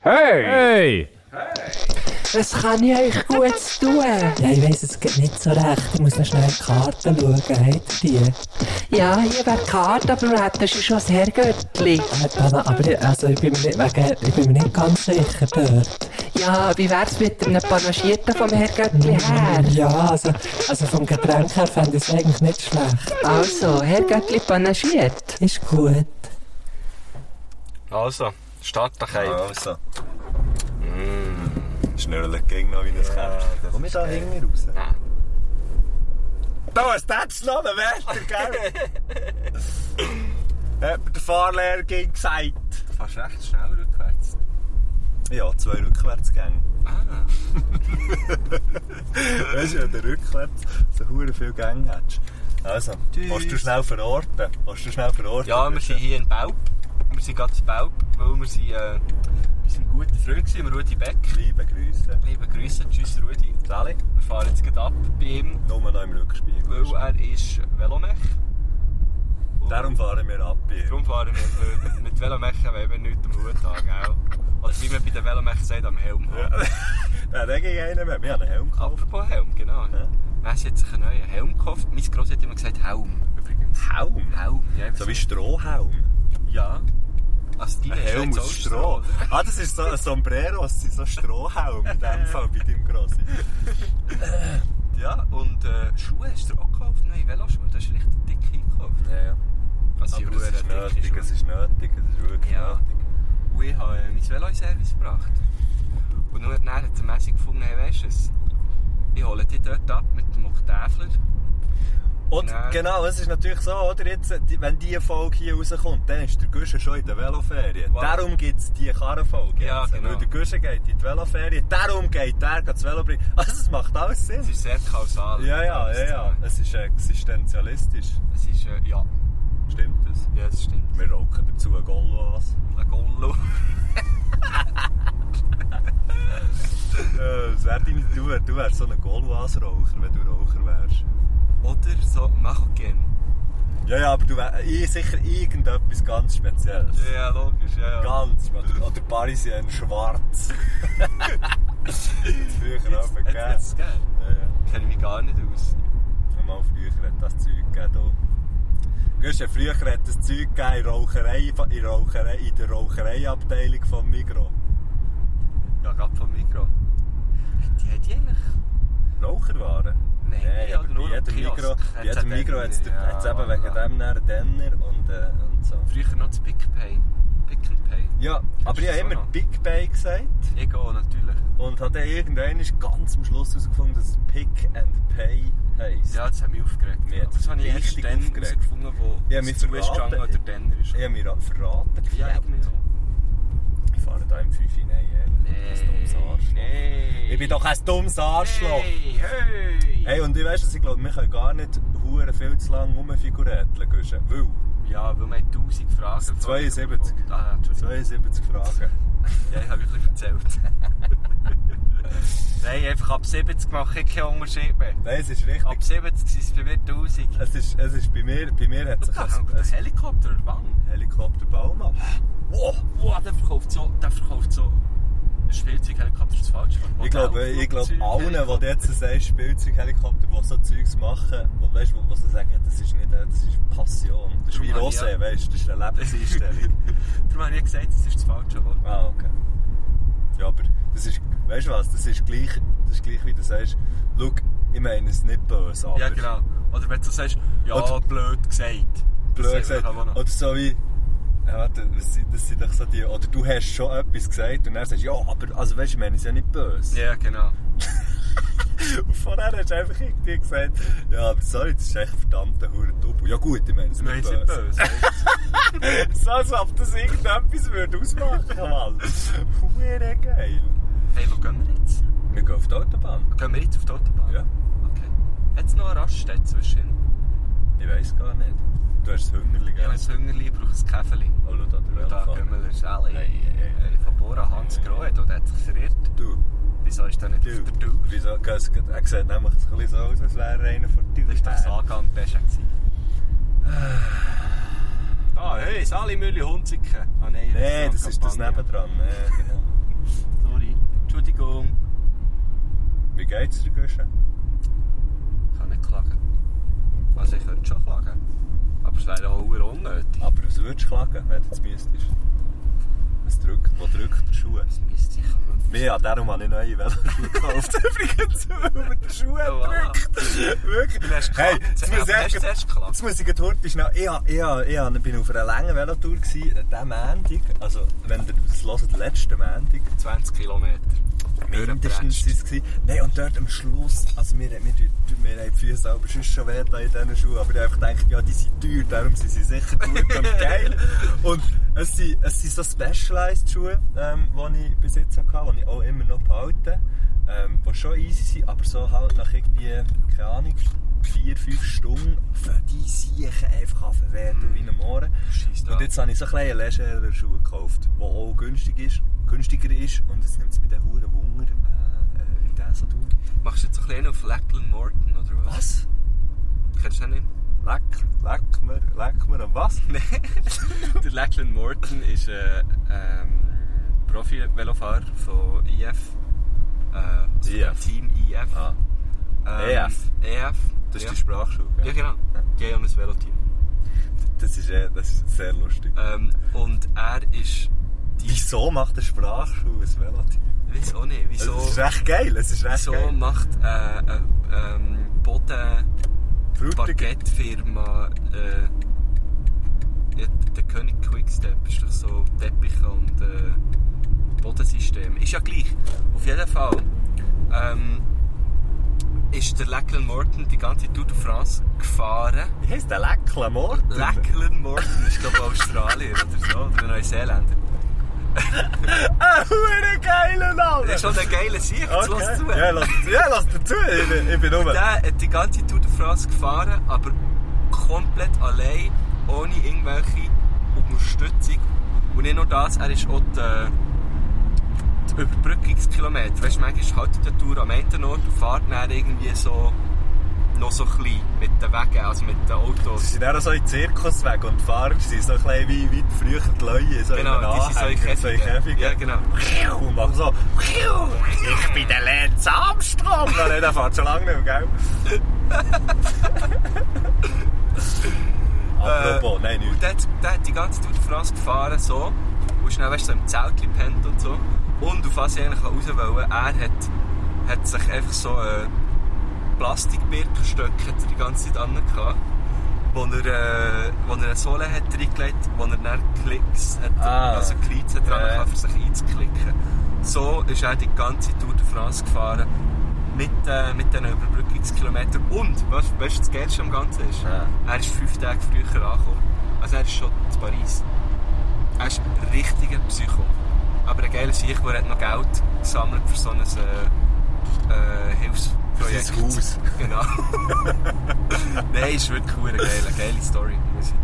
Hey! Hey! Das kann ich euch gut zu tun. Ja, ich weiss es geht nicht so recht. Ich muss noch schnell in die Karten schauen. Habt ihr die? Ja, hier wäre die Karte, aber du hättest schon das Herrgöttli. Äh, Dana, aber ich, also, ich, bin mir nicht, wegen, ich bin mir nicht ganz sicher dort. Ja, wie wär's mit einem Panagierten vom Herrgöttli her? Ja, also, also vom Getränk her fände ich es eigentlich nicht schlecht. Also, Herrgöttli panagiert. Ist gut. Also, start doch ein. Also. Schnurren ging noch wie ein Käppchen. Komm ich da hinten raus? Da ist das noch ein Wetter, gell? Hat mir der Fahrlehrer ging gesagt. Fast recht schnell rückwärts. Ja, zwei Rückwärtsgänge. Ah. weißt du, wenn du rückwärts so hure viele Gänge hättest. Also, Tschüss. hast du schnell verorten? Hast du schnell verorten? Ja, wir sind hier in Baub. Wir sind gerade in Baub, weil wir sind, äh, wir sind gute Freunde gewesen, mit Rudi Beck. Liebe Grüße. Liebe Grüße, tschüss Rudi. Sally, Wir fahren jetzt gerade ab bei ihm, nur noch im Rückspiegel. weil er ist Velomech. Und Darum fahren wir ab hier. darum fahren wir weil mit Velomech weil wir nichts am Hut haben. Gell? Oder wie man bei den Velomech sagt, am Helm. haben. Ja, da ging einer mit mir einen Helm gekauft. Apropos Helm, genau. Ja. Weiss, hat sich einen neuen Helm gekauft. Mein Gross hat immer gesagt Helm, übrigens. Helm? Helm, ja. So wie Strohhelm. Ja. Also, die Ein Helm aus Stroh. Ah, das ist so ein Sombrero, es sind so Strohhelm in dem Fall bei deinem Grossi. Ja, und äh, Schuhe hast du auch gekauft? Nein, Veloschuhe, das ist richtig dick gekauft. Ja, ja. Also, Aber hure es ist dicke nötig, Also, Schuhe. es ist nötig, es ist wirklich Ja. nötig. Und ich habe äh, mein Velo in Service gebracht. Und nur dann hat der Messi gefunden, hey, weißt du es? Ich hole dich dort ab mit dem Oktäfler. Und Nein. genau, es ist natürlich so, oder? Jetzt, die- wenn diese Folge hier rauskommt, dann ist der Guschen schon in der Veloferien. Wow. Darum gibt es diese Karrenfolge. Ja, jetzt. genau. Weil der Guschen geht in die Veloferien, darum geht der das Velo bringen. Also, es macht alles Sinn. Es ist sehr kausal. Ja, ja, ja, ja. Es ist existenzialistisch. Es ist, äh, ja. Stimmt das? Ja, das stimmt. Wir rocken dazu einen Gollo an. Ein Gollo. Äh, Was wär deine Tour? Du wärst so ein Golwas-Raucher, wenn du Raucher wärst. Oder so Machogen. Ja, ja, aber du wärst ich- sicher irgendetwas ganz Spezielles. Ja, ja, logisch, ja, ja. Ganz. Oder, oder Parisien schwarz. Hat's früher auch Jetzt- gegeben. jetzt- jetzt, gell? Ja, ja. Kenne mich gar nicht aus. Mal früher hat das Zeug gegeben. hier. Gusch, ja, früher hat das Zeug gegeben in, Raucherei, in, Raucherei, in der Rauchereiabteilung von Migros. Ja, gerade vom Mikro. Hat die, hat die eigentlich? Raucherwaren? Nein, nee, nee, aber oder nur bei jedem am Kiosk. Migros, bei Hat's jedem auch Migros hat es Denner, ja, eben wegen voilà. dem nachher einen Denner und, äh, und so. Früher noch das Pick Pay. Pick and Pay. Ja, aber ich das habe so immer noch? Big Bay gesagt Ich auch, natürlich. und habe dann irgendwann ist ganz am Schluss herausgefunden, dass es Pick and Pay heisst. Ja, das hat mich aufgeregt. Mich hat's das habe ich erst richtig dann aufgeregt. herausgefunden, wo Ich hab mich es zu ist verraten. gegangen oder dann ist. Ich habe mich ra- verraten. Ja, ich mir auch. Ich fahre da im 5 hinein, ehrlich. Nee. dummes Arschloch. nee. Ich bin doch ein dummes Arschloch. Hey, hey. Hey, und ich weiss, dass ich glaube, wir können gar nicht hure viel zu lange rumfigurieren, Guschen. Weil Ja, weil man hat 1000 Fragen. 72. Ah, Entschuldigung. 72 Fragen. Ja, ich habe wirklich erzählt. Nein, einfach ab 70 mache ich keinen Unterschied mehr. Nein, es ist richtig. Ab 70 sind es bei mir 1000. Es ist, es ist bei mir, bei mir hat sich Da hängt ein ein, Helikopter an der Wand. ein Helikopterbaum ab. Wow, wow, der verkauft so, der verkauft so Spielzeughelikopter ist falsch. Ich glaube, ich glaube allen, die jetzt sagen, Spielzeughelikopter, die so Zeugs machen, wo, weißt, wo, wo sie sagen, das ist nicht, das ist Passion. Das ist Darum wie habe ich Rosé, ja- weißt, das ist eine Lebenseinstellung. Darum habe ich gesagt, das ist das falsche Wort. ah, okay. Ja, aber das ist, weißt du was, das ist gleich, das ist gleich wie du sagst, schau, ich meine es nicht böse, aber Ja, genau. Oder wenn du sagst, ja, Oder- blöd gesagt. blöd Das sagt gesagt. man auch noch. Oder so wie, ja, warte, das sind, das sind doch so die, oder du hast schon etwas gesagt und dann sagst du, ja, aber, also weißt du, ich meine es ja nicht böse. Ja, genau. Und vorher hast du einfach irgendwie gesagt, ja, aber sorry, das ist echt verdammt ein verdammter Hurentuppel. Ja gut, ich meine, es Ich meine, ist es nicht böse. böse. So, als ob das irgendetwas würde ausmachen würde. Hure geil. hey, wo gehen wir jetzt? Wir gehen auf die Autobahn. Gehen wir jetzt auf die Autobahn? Ja. Okay. Hat es noch eine Raststätte zwischen? Ich weiss gar nicht. Du hast ein Hüngerli, Ja, gell? wenn es Hungerli braucht, es Käferli. Oh, schau da, der Da Velofahrer. gehen wir Schelle. Hey, hey, hey. Von Bora Hans Grohe, der hat sich verirrt. Du, Wieso ist der nicht du, auf der Tour? wieso? gehst du- Er sieht nämlich ein bisschen so aus, als wäre er einer von der Tür. Das ist doch Sagan Pesche. Ah, hey, Salimülli Hunziken. Ah, nein, Nein, das ist das Ah, Campagna. nebendran. Nee, genau. jetzt der Guschen? Ich kann nicht klagen. Also ich könnte schon klagen. Aber es wäre auch verdammt unnötig. Aber was würdest du klagen, wenn du jetzt müsstest? Was drückt, wo drückt der Schuh? Das müsste ich am Ja, darum habe ich neue Veloschuhe gekauft. Übrigens, über den Schuh Voilà. drückt. Wirklich. Du hast Hey, geklappt. jetzt Aber muss ich hast du echt- zuerst geklappt? jetzt muss ich gerade heute schnell... Ich, hab- ich, hab- ich, hab- ich bin auf einer langen Velotour, gewesen, diesen Montag. Also, wenn ihr das hört, letzten Montag. 20 Kilometer. Mindestens war es. gewesen. Nein, und dort am Schluss, also wir, wir, wir, wir haben die Füße aber sonst schon weh da in diesen Schuhen, aber ich habe einfach gedacht, ja, die sind teuer, darum sind sie sicher gut und geil. Und es sind, es sind so Specialized-Schuhe, ähm, die ich bis jetzt hatte, die ich auch immer noch behalte, ähm, die schon easy sind, aber so halt nach irgendwie, keine Ahnung, vier, fünf Stunden für die Siechen einfach auf den Wert und wie am Ohren. Scheiss da. Und jetzt habe ich so kleine legerere Schuhe gekauft, die auch günstig ist, günstiger ist. Und jetzt nimmt es mit den Huren Wunder, äh, wie der so tut. Machst du jetzt so ein bisschen auf Lackle Morton oder was? Kennst du den nicht? Leck, leck mir, leck mir an was? Der Lachlan Morton eh, ist ein ähm, Profi-Velofahrer von IF. Äh, also IF. vom Team IF. Ah, Dus Ähm, EF. EF. das ist ja. die Sprachschule. Ja, genau. Die haben ein Veloteam. Das ist, äh, das ist sehr lustig. Ähm, und er ist. Die, Wieso macht eine Sprachschule ein Veloteam? ich weiß auch nicht, Also, oh wieso, Es ist echt geil, es ist echt wieso geil. macht äh, äh, ähm, Boden. Frutig. Baguette-Firma, äh, ja, der König Quickstep ist doch so Teppiche und äh, Bodensystem. Ist ja gleich. Auf jeden Fall ähm, ist der Lachlan Morton die ganze Tour de France gefahren. Wie heisst der Leckler Morten? Lachlan Morton ist glaube ich Australier oder so, oder Neuseeländer. Ah, verdammt geiler Das Name! ist schon ein geiler Sieg, jetzt Okay. lass zu. Ja, lass, ja, lass dazu, ich bin, ich bin rum. Der hat die ganze Tour de France gefahren, aber komplett allein, ohne irgendwelche Unterstützung. Und nicht nur das, er ist auch die, die Überbrückungskilometer. Weißt du, manchmal haltet die Tour am einen Ort und fahrt dann irgendwie so noch so klein mit den Wegen, also mit den Sie Autos. sind auch so in den Zirkus weg und fahren sie so ein bisschen wie, wie die früher die Leute, so in Genau, einem die sind so in Anhänger, so in Käfigen. Ja, Käfigen. genau. Und machen so, ich bin der Lenz Armstrong. Nein, der fährt schon lange nicht mehr, gell? Apropos, nein, Äh, Und nicht. der, hat- der hat die ganze Tour de France gefahren, so. Und schnell, weißt du, so im Zelt gepennt und so. Und auf was ich eigentlich raus wollte, er hat, hat sich einfach so äh, Plastikbirkenstöcke hat er die ganze Zeit an gehabt. Wo er, äh, wo er eine Sohle hat reingelegt, wo er dann Klicks hat, Ah. also Glieds hat dran Ja, ja. gehabt, für sich einzuklicken. So ist er die ganze Tour de France gefahren. Mit, äh, mit diesen Überbrückungskilometern. Und, weißt du, was das Geilste am Ganzen ist? Ja. Er ist fünf Tage früher angekommen. Also er ist schon in Paris. Er ist ein richtiger Psycho. Aber ein geiler Sieg, der hat noch Geld gesammelt für so ein äh, äh, Hilfsprojekt. Sein Haus. Genau. Nein, ist wirklich cool, geil. Eine geile Story, muss ich,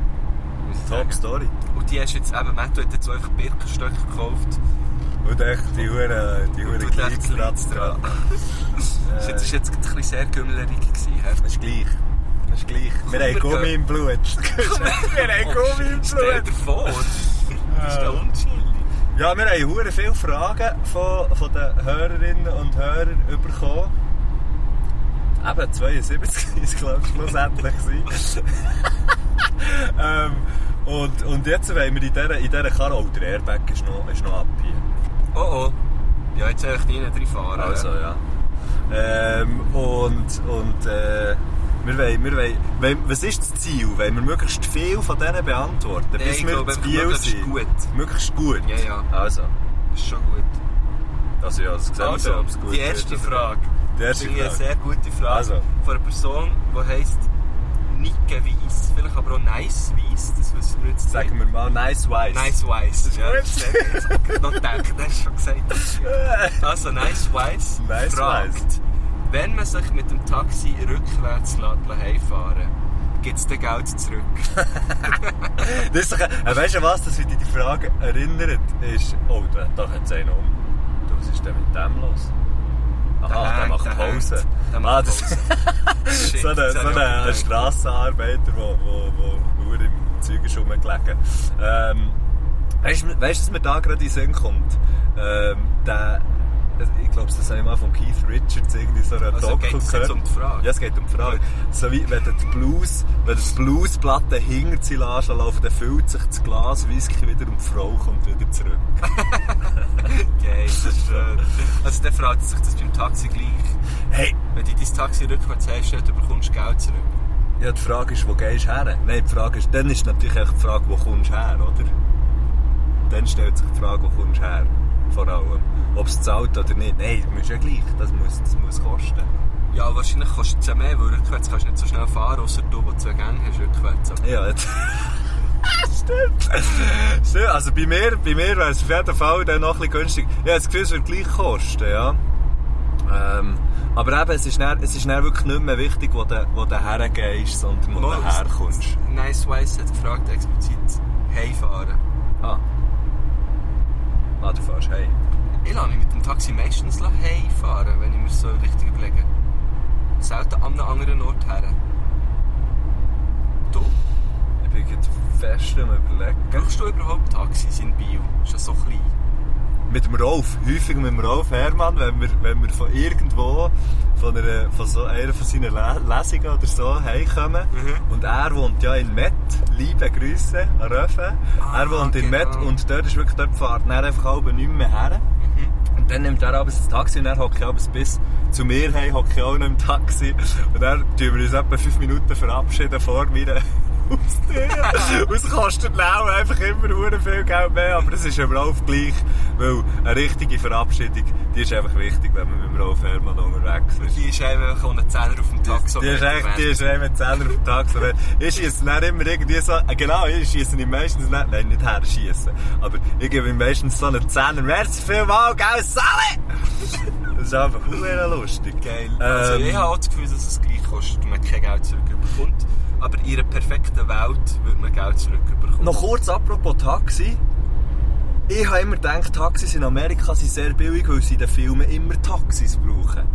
muss ich Top sagen. Story. Und die hast jetzt eben, Matthew hat jetzt einfach Birkenstöcke gekauft. Äh, Und echt die Huren, die Huren Und tut echt Glieds Gleitstratzen dran. Das Äh, war jetzt gerade ein bisschen sehr gümmlerig. gewesen, Herr. Das ist gleich. Das ist gleich. Wir haben Komm, wir Gummi gehen. im Blut. Wir haben Gummi im Stell Blut. dir vor, das Äh. ist der unschuldig. Ja, wir haben hure viele Fragen von, von den Hörerinnen und Hörern bekommen. Eben, 72 ist glaube ich schlussendlich. gewesen. ähm, und, und jetzt wollen wir in dieser, in dieser Karre... Oh, der Airbag ist noch, ist noch ab hier. Oh oh. Ja, jetzt soll ich nie reinfahren. Also, ja. Ähm, und... und äh, wir wollen, wir wollen, wollen- was ist das Ziel? Wollen wir möglichst viel von denen beantworten, Nein, bis ich wir glaube, zu einfach Biel möglichst sind? gut. Möglichst gut? Ja, ja. Also, Das ist schon gut. also ja, das sehen wir so, Also, ob's gut die wird erste oder nicht. Frage. Die erste Finde ich Frage. eine sehr gute Frage. Also. Von einer Person, die heisst Nike Weiss, vielleicht aber auch Nice Weiss, das wissen wir jetzt Sagen wir mal nice wise. nicht. Nice Weiss. Ja, gut. das ist sehr- das hab ich noch gedacht, das hast du schon gesagt. Also, Nice Weiss Nice fragt, Weiss. wenn man sich mit dem Taxi rückwärts lässt, heimfahren gibt es dann Geld zurück? Das ist doch, äh, weißt du was, das mich an die Frage erinnert, ist, oh, da, da kommt es einen um. Du, was ist denn mit dem los? Aha, der, hängt, macht Pause. hängt. Der ah, macht das Pause. ist Shit, so ein das hab so ich auch ein- ein gedacht. Strassenarbeiter, der wo, wo, nur im Zeug ist rumgelegen. Ähm, weißt du, weißt du, was mir da gerade in den Sinn kommt? Ähm, der, ich glaube, das habe ich mal von Keith Richards irgendwie so eine Also Doku geht's jetzt gehört. um die Frage? Ja, es geht um die Frage. So wie wenn du die Blues, wenn du die Bluesplatte hinter sie lässt, laufen, dann füllt sich das Glas Whisky wieder und die Frau kommt wieder zurück. Geil, das ist schön. Also dann fragt sich das beim Taxi gleich. Hey, Wenn du dein Taxi rückwärts herstellst, dann bekommst du Geld zurück. ja, die Frage ist, wo gehst du her? Nein, die Frage ist, dann ist natürlich echt die Frage, wo kommst du her, oder? Dann stellt sich die Frage, wo kommst du her? Vor allem. Ob es zahlt oder nicht. Nein, das muss ja gleich. Das muss, das muss kosten. Ja, wahrscheinlich kostet es ja mehr, weil rückwärts kannst du nicht so schnell fahren, außer du, der zwei Gänge hast, rückwärts. Aber Ja, jetzt. Stimmt. Stimmt. Also bei mir, bei mir wäre es auf jeden Fall dann noch ein bisschen günstig. Ja, das Gefühl, es würde gleich kosten, ja. Ähm, aber eben, es ist, dann, es ist dann wirklich nicht mehr wichtig, wo du, wo du hergehst, sondern wo Mal, du herkommst. Nice Weiss hat gefragt, explizit heimfahren. Ah. Ah, du fährst hey. Ich lasse mich mit dem Taxi meistens heimfahren, wenn ich mir so richtig überlege. Selten an einem anderen Ort her. Du? Ich bin gerade fest am überlegen. Brauchst du überhaupt Taxis in Bio? Ist das so klein? Mit dem Rolf, häufig mit dem Rolf Hermann, wenn wir, wenn wir von irgendwo, von, einer, von so einer von seinen Le- Lesungen oder so, heimkommen. Mhm. Und er wohnt ja in Met, liebe Grüße an Röfe. Ah, er wohnt in genau. Met und dort ist wirklich, dort fährt er einfach halb nicht mehr her. Und dann nimmt er abends das Taxi und dann hocke ich abends bis zu mir hey hocke ich auch noch im Taxi. Und dann tun wir uns etwa fünf Minuten verabschieden vor mir. Und es kostet auch einfach immer hure viel Geld mehr, aber es ist im Rolf gleich, weil eine richtige Verabschiedung, die ist einfach wichtig, wenn man mit dem Rolf Hermann unterwegs ist. Die ist einfach ohne Zehner auf dem Taxi. Die ist echt, die ist echt mit Zähler auf den Tag. So, ich schiesse dann immer irgendwie so, äh, genau, ich schiesse ihn meistens nicht, nein, nicht her schiessen, aber ich gebe ihm meistens so einen Zehner. Merci vielmals, gell, Sally! Das ist einfach sehr lustig. Ähm, Geil. Also ich habe auch das Gefühl, dass es gleich kostet und man kein Geld zurückbekommt. Aber in einer perfekten Welt würde man Geld zurückbekommen. Noch kurz apropos Taxi. Ich habe immer gedacht, Taxis in Amerika sind sehr billig, weil sie in den Filmen immer Taxis brauchen.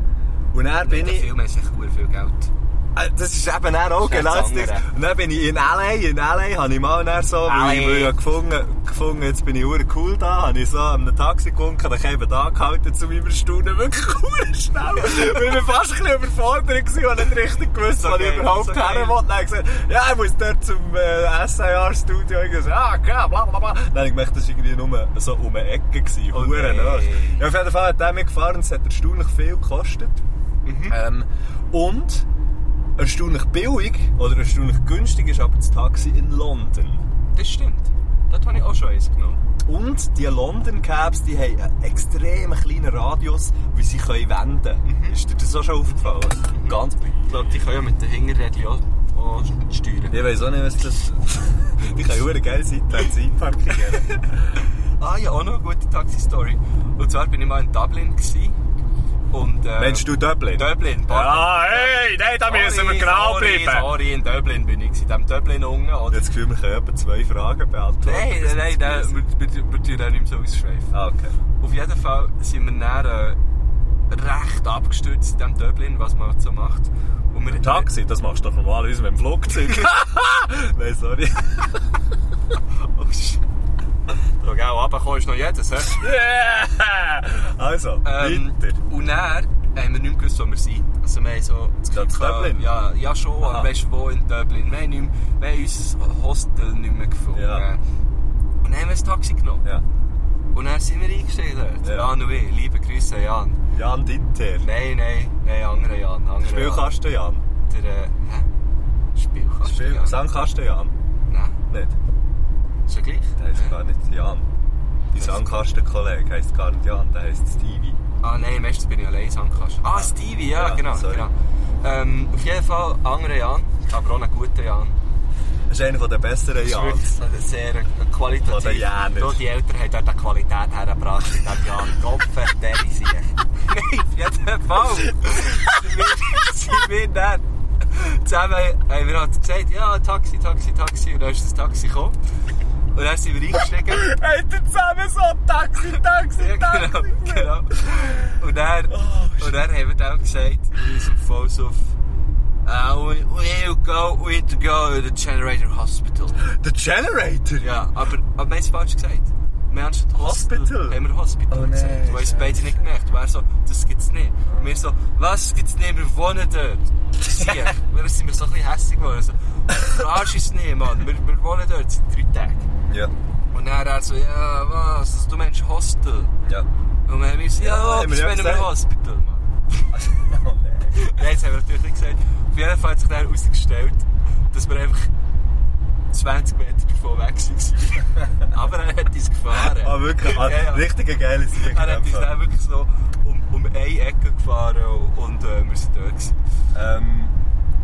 Und dann bin ich... Viel mehr ist echt sehr viel Geld. Äh, Das ist eben dann auch Das ist genau das das Ding. andere. Und dann bin ich in L.A., in L.A. habe ich mal dann so, LA. weil ich weil ich ja gefunden, gefunden, jetzt bin ich hure cool da, habe ich so an einem Taxi gewunken, dann eben da gehalten, zu meinem Staunen, wirklich cool schnell. weil ich war fast ein bisschen überfordert gewesen, und nicht richtig gewusst, So was ich geil, überhaupt so so her geil. wollte. Dann habe ich gesagt, ja, ich muss dort zum äh, SAR-Studio, ich so, ah, okay, bla bla bla. Dann habe ich gemerkt, das war irgendwie nur so um eine Ecke gewesen, Oh hure nein. nah. Ja, auf jeden Fall hat der mir gefahren, es hat erstaunlich viel gekostet. Mhm. Ähm, und erstaunlich billig oder erstaunlich günstig ist aber das Taxi in London. Das stimmt. Dort habe ich auch schon eins genommen. Und die London Cabs die haben einen extrem kleinen Radius, wie sie können wenden können. Mhm. Ist dir das auch schon aufgefallen? Ganz Ich glaube, die können ja mit den Hinterrädchen auch, auch steuern. Ich weiß auch nicht, was das. die können auch geil seitwärts einparkieren. Ah ja, auch noch eine gute Taxi-Story. Und zwar bin ich mal in Dublin. Gewesen. Und, äh, Meinst du Dublin? Dublin, Ah, hey, nein, da Sorry, müssen wir genau sorry, bleiben. Sorry, in Dublin bin ich. In diesem Dublin unten. Ich habe Oder? das Gefühl, wir können etwa zwei Fragen beantworten. Nein, bis nein, jetzt nein, müssen. wir, wir, wir tun auch nicht mehr so ausschweifen. Ah, okay. Auf jeden Fall sind wir dann äh, recht abgestürzt in diesem Dublin, was man halt so macht. Und wir, Taxi, das machst du doch normalerweise mit dem Flugzeug. nein, sorry. Oh, shit. Schau, gell, runterkommen ist noch jedes, hä? Yeah! Also, Ähm, weiter. und dann haben wir nicht mehr gewusst, wo wir sind. Also wir haben so das Ja, in gehabt, Dublin? Ja, ja schon, Aha. aber weißt du wo in Dublin? Wir haben, nicht mehr, wir haben unser Hostel nicht mehr gefunden. Ja. Und dann haben wir ein Taxi genommen. Ja. Und dann sind wir eingestiegen dort. Ja. Jan und ich. Liebe Grüße, Jan. Jan Dinter. Nein, nein, nein, anderer Jan. Anderer Spielkasten Jan. Jan. Der, äh, hä? Spielkasten. Spiel Jan. Sandkasten Jan. Nein, Nicht? ist ja gleich. Der heisst gar nicht Jan. Dein Sandkastenkollege heisst gar nicht Jan, der heisst Stevie. Ah nein, meistens bin ich allein Sandkasten. Ah, Stevie, ja, Ja, genau. sorry. genau. Ähm, auf jeden Fall anderer Jan, aber auch ein guter Jan. Das ist einer der besseren Das ist Jans. wirklich ein sehr ein Oder qualitativ. Jäner. Nur die Eltern haben dort eine Qualität hergebracht in diesem Jahr. Kopf, der ist Nein, auf jeden Fall. sind wir- sind wir dann zusammen haben wir halt gesagt, ja, Taxi, Taxi, Taxi. Und dann ist das Taxi gekommen. Und dann sind wir eingestiegen. Habt ihr zusammen so Taxi, Taxi, Ja, genau, genau. Und dann, und dann haben wir dann gesagt, in unserem Vollsuff, uh, we, we'll go, we need to go to the Generator Hospital. Der Generator? Ja, aber, aber wir haben es falsch gesagt. Wir haben statt Hostel, Hospital? haben wir Hospital Oh nein, gesagt. Weil es beide nicht gemerkt haben. Er so, das gibt's nicht. Und wir so, was gibt's nicht? Wir wohnen dort. Sieh, wir sind wir so ein bisschen hässlich geworden. So, verarsch uns nicht, Mann. Wir, wir wohnen dort seit drei Tagen. Ja. Und dann er so, ja, was? Du meinst Hostel? Ja. Und wir haben gesagt, ja, Ja, haben das wir ja meinen wir gesagt. Hospital, Mann. Oh nein. Nein, das haben wir natürlich nicht gesagt. Auf jeden Fall hat sich dann herausgestellt, dass wir einfach 20 Meter davon weg waren. Aber er hat uns gefahren. Ah, wirklich? Ah, Ja, Ah, ja. Richtig ein geiles Sieg. Er hat uns dann wirklich so um, um eine Ecke gefahren und äh, wir sind dort. Gewesen. Ähm,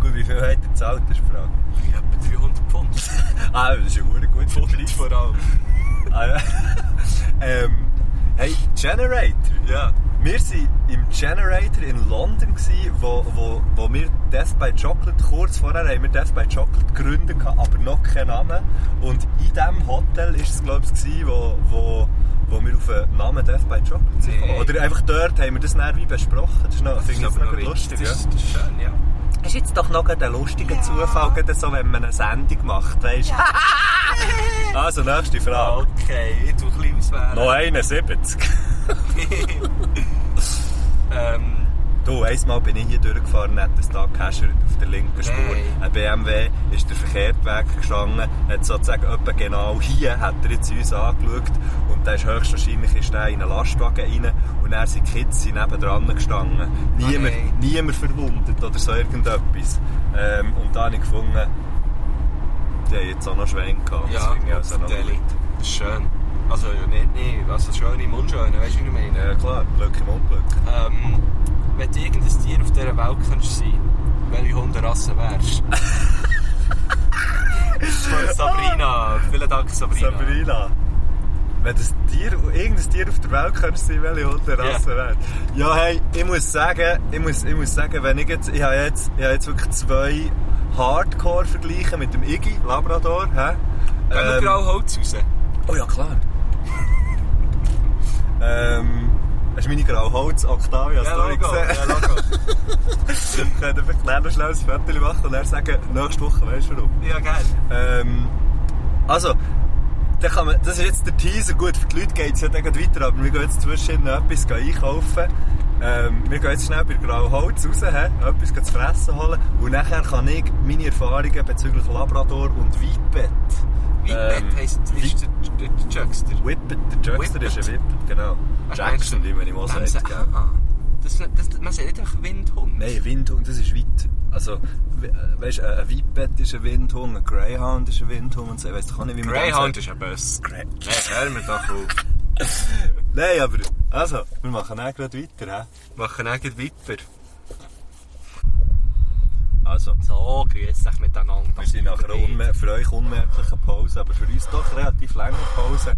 gut, wie viel hat er gezahlt, ist die Frage. Ich habe etwa 300 Pfund. Ah, das ist ja verdammt gut für Pfund vor allem. Ah, ja. ähm, hey, Generator. Ja. Wir waren im Generator in London, gsi, wo, wo, wo wir Death by Chocolate, kurz vorher haben wir Death by Chocolate gegründet, gehabt, aber noch keinen Namen. Und in diesem Hotel war es, glaube ich, gsi, wo, wo, wo wir auf den Namen Death by Chocolate sind. Nee. gekommen. Oder einfach dort haben wir das näher wie besprochen. Das ist noch, Das finde ich ist aber aber noch noch lustig. witzig. Ja. Das ist, das ist schön, ja. ist jetzt doch noch gerade ein lustiger Zufall, gerade so, wenn man eine Sendung macht, weißt du? also, nächste Frage. Okay, ich tue ein bisschen auswählen. Noch 71. ähm, Du, einmal bin ich hier durchgefahren, hat das da gehäschert auf der linken Spur. Nein. Ein BMW ist der Verkehrtweg gestanden, hat sozusagen etwa genau hier, hat er jetzt uns angeschaut und dann ist höchstwahrscheinlich ist der in einen Lastwagen rein und dann sind die Kids sind nebendran gestanden. Niemand, nein. niemand verwundet oder so irgendetwas. Ähm, und da habe ich gefunden, die haben jetzt auch noch Schwein gehabt. Das ja, finde ich also noch Deli. Das ist schön. Also, ja, nicht, nicht. Also, schön im Unschönen, weißt du, wie ich meine? Ja klar, Glück im Unglück. Ähm, wenn du irgendein Tier auf dieser Welt könntest sein, welche Hunderasse wärst? Von Sabrina. Vielen Dank, Sabrina. Sabrina. Wenn das Tier, irgendein Tier auf der Welt könntest sein, welche Hunderasse Ja. wäre. Ja, hey, ich muss sagen, ich muss, ich muss sagen, wenn ich jetzt, ich habe jetzt, ich habe jetzt wirklich zwei Hardcore-Vergleiche mit dem Iggy, Labrador, hä? Ähm, Gehen wir grau Holz raus. oh ja, klar. ähm, hast du meine Grauholz-Octavia-Story Logo. gesehen? Ja, Logo. Ich könnte einfach gleich noch schnell ein Foto machen und dann sagen, nächste Woche, weißt du warum? Ja, geil. Ähm, also, da kann man, das ist jetzt der Teaser. Gut, für die Leute geht es ja dann gleich weiter, aber wir gehen jetzt zwischen noch etwas gehen einkaufen. Ähm, wir gehen jetzt schnell bei Grauholz raus, he, etwas gehen zu fressen holen und nachher kann ich meine Erfahrungen bezüglich Labrador und Whippet. Whippet Ähm, heisst ist der, der, der Juckster. Whippet, der Jackson Whippet. ist ein Whippet, genau. Ach, Jackson, wie man ihm auch Dem sagt. sagt- gell. Ah, Das, das, man sagt nicht einfach Windhund. Nein, ein Windhund, das ist weit. Also, weißt du, äh, ein Whippet ist ein Windhund, ein Greyhound ist ein Windhund und so. Ich weiss doch auch nicht, wie man dem Greyhound sagt. ist ein Böss. Grey- Nein, hör mir doch auf. Nein, aber also, wir machen auch gerade weiter. He? Machen eigentlich weiter. Also, So, grüß dich miteinander. wir sind nach einer unmer- für euch unmerklichen Pause, aber für uns doch relativ lange Pause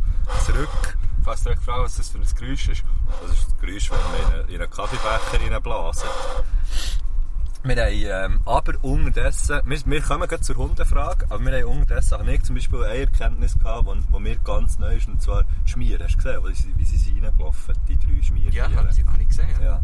zurück. Falls ihr euch fragt, was das für ein Geräusch ist. Das ist das Geräusch, wenn man in einen, in einen Kaffeebecher reinblasen. Wir haben ähm, aber unterdessen, wir, wir kommen gerade zur Hundefrage, aber wir haben unterdessen auch nicht zum Beispiel eine Erkenntnis gehabt, die wo mir ganz neu ist, und zwar die Schmier. Hast du gesehen, wie sie, wie sie sind reingelaufen, die äh, drei Schmier? Ja, habe ich, hab ich gesehen. Ja. ja.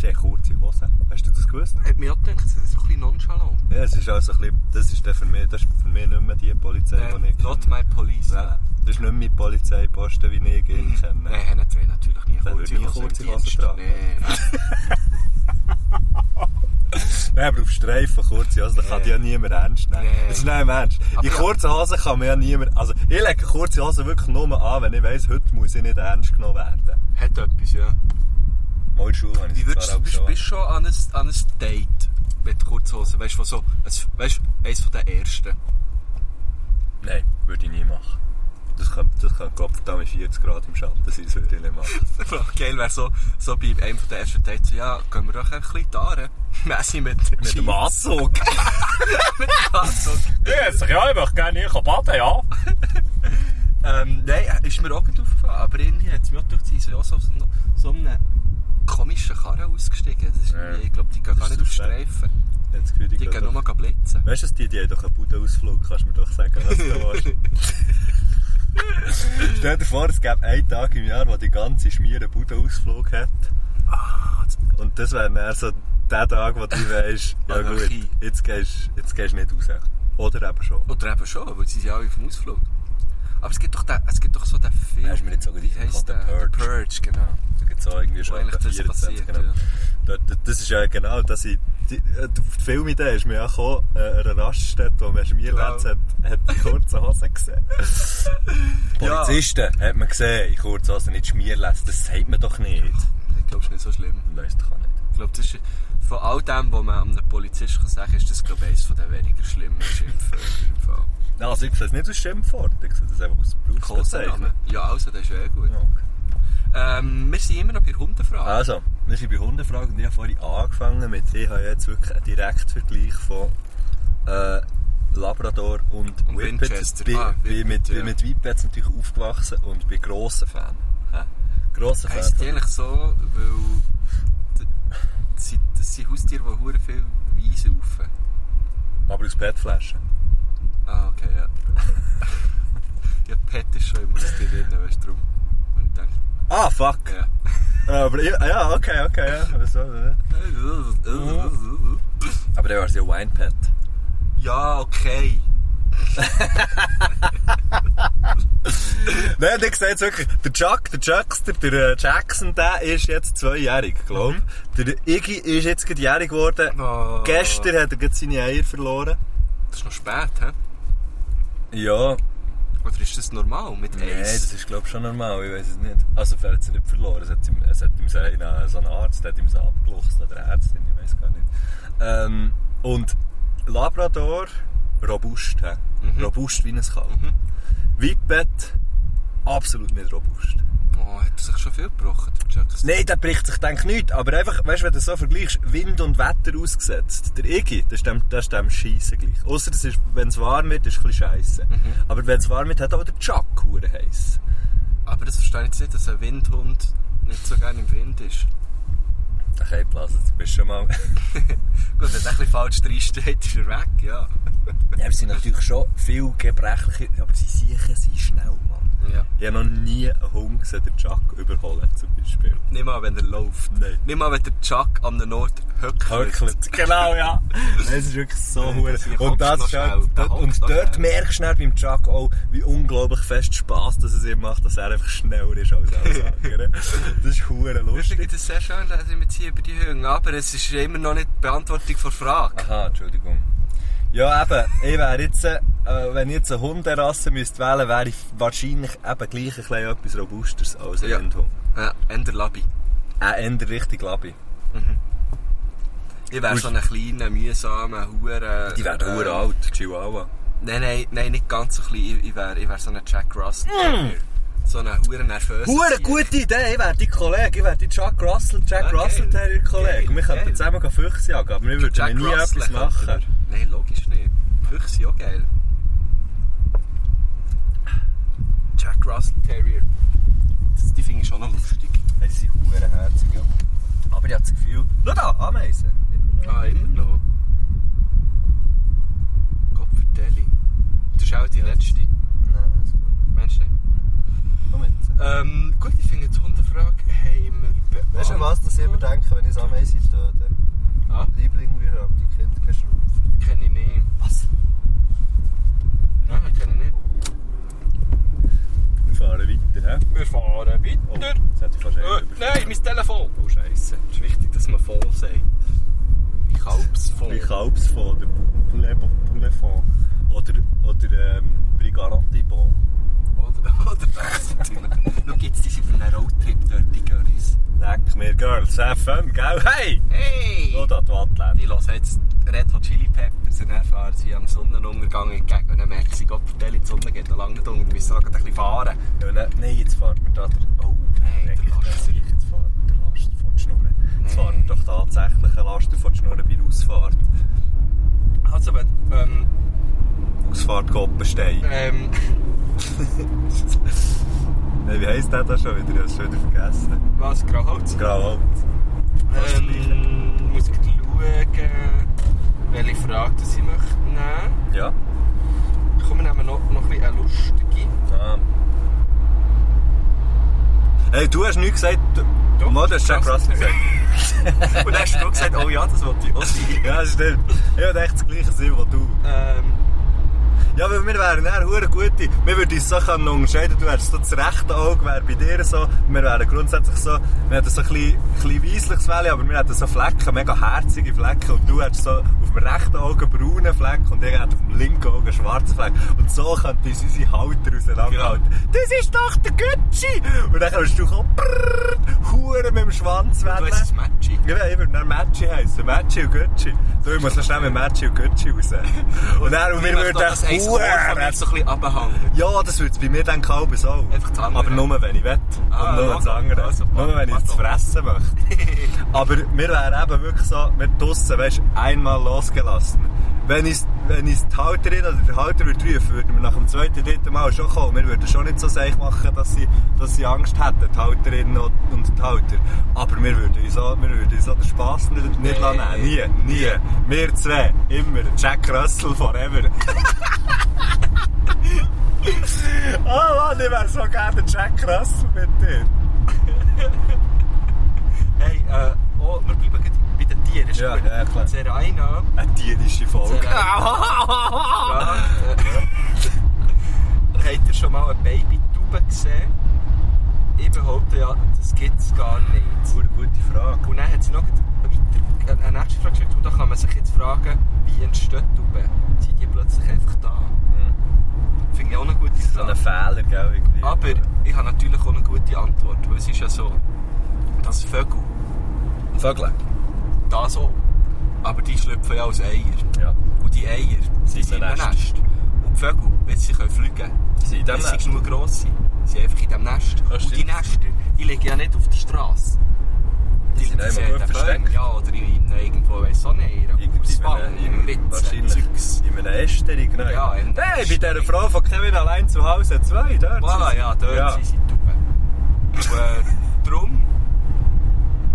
Sie haben kurze Hosen. Hast du das gewusst? Hat mir auch gedacht, das ist ein bisschen nonchalant. Ja, es ist also ein bisschen, das ist dann für mich, das ist für mich nicht mehr die Polizei, die ich Äh, not my police. Nein, das ist nicht mehr die Polizeiposten, wie ich ihn kenne. Nein, haben zwei natürlich ne? nie Dann würde ich kurze Hose tragen. Nein, Nein, aber auf Streifen kurze Hosen, da kann die ja niemand ernst nehmen. Nee. Das ist nicht ernst. Aber In ja. kurzen Hosen kann man ja niemand... Also, ich lege kurze Hosen wirklich nur an, wenn ich weiss, heute muss ich nicht ernst genommen werden. hat etwas, ja. Mal in der Schule habe ich Wie es würdest du, zwar auch bist, schon. bist schon an ein, an ein Date mit Kurzhosen? Weißt du, von so, ein- weißt du, eines von den ersten. Nein, würde ich nie machen. Das könnte, das könnte Gott verdammt 40 Grad im Schatten sein, das würde ich nicht machen. Geil wäre so, so bei einem von den ersten Dates, so, ja, gehen wir doch ein bisschen da. Messi mit, Mit dem Anzug? Anzug. Ja, jetzt, ja, ich möchte gerne hier baden, ja. Ähm, nein, ist mir auch nicht aufgefallen, aber irgendwie hat es mir auch gedacht, sie sind ja so, so, so einen komischen Karren ausgestiegen. Das ist, irgendwie- Ich glaube, die gehen gar Das nicht ist auf super. Streifen. Jetzt gehört Die gehen nur blitzen. Weißt du, die, die haben doch einen Budenausflug, kannst du mir doch sagen, was du willst. Stell dir vor, es gäbe einen Tag im Jahr, wo die ganze Schmier einen Budenausflug hat. Ah, Und das wäre dann so der Tag, wo du weisst, ja gut, Anarchie. jetzt gehst du jetzt gehst du nicht raus. Oder eben schon. Oder eben schon, weil sie sind ja alle auf dem Ausflug. Aber es gibt doch, den, es gibt doch so den Film. Hast du mir jetzt sogar wie gesagt, heisst The der? Purge. The Purge, genau. Da gibt's auch irgendwie schon eigentlich etwa das passiert, genau. ja. Da- da- Das ist ja genau, dass ich, die, äh, auf die Filmidee ist mir ja gekommen, äh, an einer Raststätte, wo man Schmierletz hat, hat die kurzen Hosen gesehen. Polizisten hat man gesehen, in kurzen Hosen, nicht Schmierletz, das sagt man doch nicht. Ich glaube, es ist nicht so schlimm. Nein, das kann nicht. Ich glaube, das ist, von all dem, was man einem Polizisten kann sagen kann, ist das, glaube ich, eines der weniger schlimmen Schimpfwörter im Fall. Nein, also ich sehe es nicht als Schimpfwort, ich sehe das einfach als Berufsbezeichnung. Kosenamen. Ja, also, das ist eh gut. Ja, okay. Ähm, wir sind immer noch bei der Hundenfrage. Also, wir sind bei Hundefragen und ich habe vorhin angefangen mit, ich habe jetzt wirklich einen Direktvergleich von äh, Labrador und, Und Whippets. Winchester. Bin, Ah, bin mit, Whippet, bin ja. mit Whippets natürlich aufgewachsen und bin grosser Fan. Hä? Grosser Fan. Heißt von- die eigentlich so, weil d- das sind- das sind Haustiere, die hure viel Wein saufen. Aber aus Bettflaschen. Ah, okay, ja. ja, Pet ist schon immer das Tier drin, weißt du, drum. Und ich denke, Ah, fuck! Ah, ja. Aber ich, ja, okay, okay, ja. Aber, so, ne? Aber der war ja Winepet. äh, Ja, okay. Nein, der sieht wirklich, der Chuck, der Chuckster, der äh, Jackson, der ist jetzt zweijährig, Mhm. glaube ich. Der Iggy ist jetzt gerade jährig geworden. Oh. Gestern hat er gerade seine Eier verloren. Das ist noch spät, hä? Ja, Oder ist das normal mit Nein, das Eis? ist glaube ich schon normal, ich weiß es nicht. Also vielleicht hat sie nicht verloren, es hat ihm, es hat ihm so einer- so ein Arzt, der hat ihm so abgeluchst, oder eine Ärztin, ich weiß gar nicht. Ähm, und Labrador, robust, hä? robust wie ein Kalb. Mhm. absolut nicht robust. Oh, hat er sich schon viel gebrochen, der Jackson? Nein, der bricht sich denk nicht, aber einfach, weißt du, wenn du so vergleichst, Wind und Wetter ausgesetzt, der Iggy, das ist dem, das ist dem Scheisse gleich. Außer wenn es warm wird, ist es ein bisschen scheisse. Aber wenn es warm wird, hat auch der Chuck hure heiß. Aber das verstehe ich jetzt nicht, dass ein Windhund nicht so gerne im Wind ist. Okay, Blasen, du bist schon mal... Gut, wenn es ein bisschen falsch drinsteht, ist er weg, ja. Ja, aber sie sind natürlich schon viel gebrechlicher, aber sie siechen sie schnell, Mann. ja. Ich habe noch nie einen Hund gesehen, den Chuck überholen, zum Beispiel. Nicht mal, wenn er läuft. Nein. Nicht mal, wenn der Chuck an einem Ort höckelt. Höckelt. Genau, ja. Das ist wirklich so Ja, hure. das ist- Und das hockst ist noch halt, schnell, da hockst und noch dort schnell. merkst du dann beim Chuck auch, wie unglaublich fest Spass dass es ihm macht, dass er einfach schneller ist als alles andere. Das ist hure lustig. Übrigens ist es sehr schön, dass wir jetzt hier über die Hünger, aber es ist immer noch nicht die Beantwortung der Frage. Aha, Entschuldigung. Ja, eben, ich wäre jetzt, äh, wenn ich jetzt eine Hunderasse müsste wählen, wäre ich wahrscheinlich eben gleich ein bisschen etwas Robusteres als ein Ja. Windhund. Ja, Ender Labi. Auch eher richtig Labi. Ich wäre so ein kleiner, mühsamer, hure. Die werden äh, hure alt, Chihuahua. Nein, nein, nein, nicht ganz so klein. Ich, ich wäre ich wär so ein Jack Russell. Mm. So ein hure nervöser. Hure Tier. gute Idee, ich werde dein Kollege, ich werde dein Chuck Russell, Jack Ah, Russell, geil. der ihr Kollege. Geil, wir könnten geil. zusammen gehen Füchse jagen, aber wir Jack würden nie Russell etwas könnte machen. er. Nein, logisch nicht. Füchse sind auch geil. Jack Russell Terrier. Das, die finde ich schon noch lustig. Ja, die sind hure herzig, ja. Aber ich habe das Gefühl... Schau da, Ameisen. Ah, immer noch. Gott vertelle. Das ist auch die letzte. Nein, also, Meinst du nicht? komm jetzt. Ähm, gut, ich finde die Hundefrage haben wir beantwortet. Weißt du, an was das immer denken, wenn ich ein Ameisen töte? Ah, Liebling, wir haben die Kinder geschrumpft. kenne ich nicht. Was? Nein, kenne ich nicht. Wir fahren weiter, hä? Wir fahren Oh, weiter. das hätte ich fast Äh, übersprungen. nein, mein Telefon! Oh, scheisse. Es ist wichtig, dass man voll sagt. Ich hab's voll. Wie Kalbsfonds, der Poulet- Poulet-Fonds. Oder, oder ähm, Brigaranti-Fonds. Oder, oder das. Schau, jetzt ist über einen Roadtrip dort, die Görris. Leck mir Girls FM, gell? Hey! Hey! Nur da die Wattländer. Ich höre jetzt Red Hot Chili Peppers und dann fahren sie am Sonnenuntergang entgegen. Und dann merken sie, Gott, vertelle, die Sonne geht noch lange nicht unter. Wir müssen gerade ein bisschen fahren. Ja, ne- Nein, jetzt fahren wir da. der- Oh, Nein, der Laster. Laster. Jetzt fahren wir den Laster vor die Schnurren. Jetzt fahren wir doch tatsächlich einen Laster vor die Schnurren bei der Ausfahrt. Also, wenn, ähm, Ausfahrt Koppenstein. ähm, Nein, wie heisst der da schon wieder? Ich habe es schon wieder vergessen. was, Grauholz? Grauholz. Ähm, muss ich schauen, welche Frage das ich möchte nehmen. Ja. Komm, wir nehmen noch, noch ein bisschen eine lustige. Ah. Hey, du hast nichts gesagt. Doch, Mal, du hast Jack krass. Russell gesagt. Und dann hast du gesagt, oh ja, das wollte ich auch sein. Ja, stimmt. Ich habe echt das gleiche Sinn wie du. Ähm, Ja, weil wir wären eher hure gute. Wir würden uns so können unterscheiden. Du wärst so das rechte Auge wäre bei dir so. Wir wären grundsätzlich so, wir hätten so ein bisschen, ein bisschen weissliches Fell, aber wir hätten so Flecken, mega herzige Flecken. Und du hättest so auf dem rechten Auge braune Flecken und ich hätte auf dem linken Auge schwarze Flecken. Und so könnten uns unsere Halter auseinanderhalten. Das ist doch der Gucci! Und dann kannst du kommen, brrrr, hure mit dem Schwanz Du heisst es wedeln. Matching. Ja, ich würde dann Matchy heissen. Matchy und Gucci. So, ich muss noch schnell mit Matchy und Gucci raus. Und dann, und wir Ich möchte würden auch, dass eins Ohr von mir echt so ein bisschen abhängen. ja, das würde es bei mir dann kalben so. Einfach das andere. Aber nur, wenn ich will. Ah, Und nur also, das andere. also, nur, wenn ich es pardon. fressen möchte. Aber wir wären eben wirklich so, wir draussen, weißt du, einmal losgelassen. Wenn ich wenn ich's die Halterin oder der Halter würde rufen, würden wir nach dem zweiten, dritten Mal schon kommen. Wir würden schon nicht so seich machen, dass sie, dass sie Angst hätten, die Halterin und und die Halter. Aber wir würden uns auch, wir würden uns auch den Spass nicht, nicht lassen. Nie, nie. Wir zwei, immer. Jack Russell forever. Oh Mann, ich wäre so gerne der Jack Russell mit dir. Hey, äh, oh, wir bleiben gleich bei den Tieren. Ist Ja, gut. ja, klar. Zeraina Eine tierische fragt, Folge. äh, habt ihr schon mal eine Babytube gesehen? Ich behaupte ja, das gibt es gar nicht. Eine gute Frage. Und dann hat sie noch weiter äh, eine nächste Frage gestellt. Und da kann man sich jetzt fragen, wie entsteht Tube? Sind die plötzlich einfach da? Finde ich auch eine gute Hm. So Frage. ein Fehler, gell? Irgendwie. Aber ich habe natürlich auch eine gute Antwort, weil es ist ja so, dass Vögel Vögel. da so, aber die schlüpfen ja aus Eier. Ja. Und die Eier sind in in einem einem Nest. Und die Vögel, wenn sie können fliegen können, Sie sind in diesem sie Nest. genug gross sind, sind einfach in diesem Nest. Das Und die Nester, die liegen ja nicht auf der Straße. Die sind einmal in gut den Bäumen, versteckt. Ja, oder in, in irgendwo, weiss auch nicht, in einer Auswand, in einem Witz, Zeugs. Wahrscheinlich. In einem Esterung, ne? Ja, in einem Hey, bei Esterung. dieser Frau von Kevin allein zu Hause zwei, dort. Voilà, ja, dort Ja. sind sie Tauben. Und äh, darum,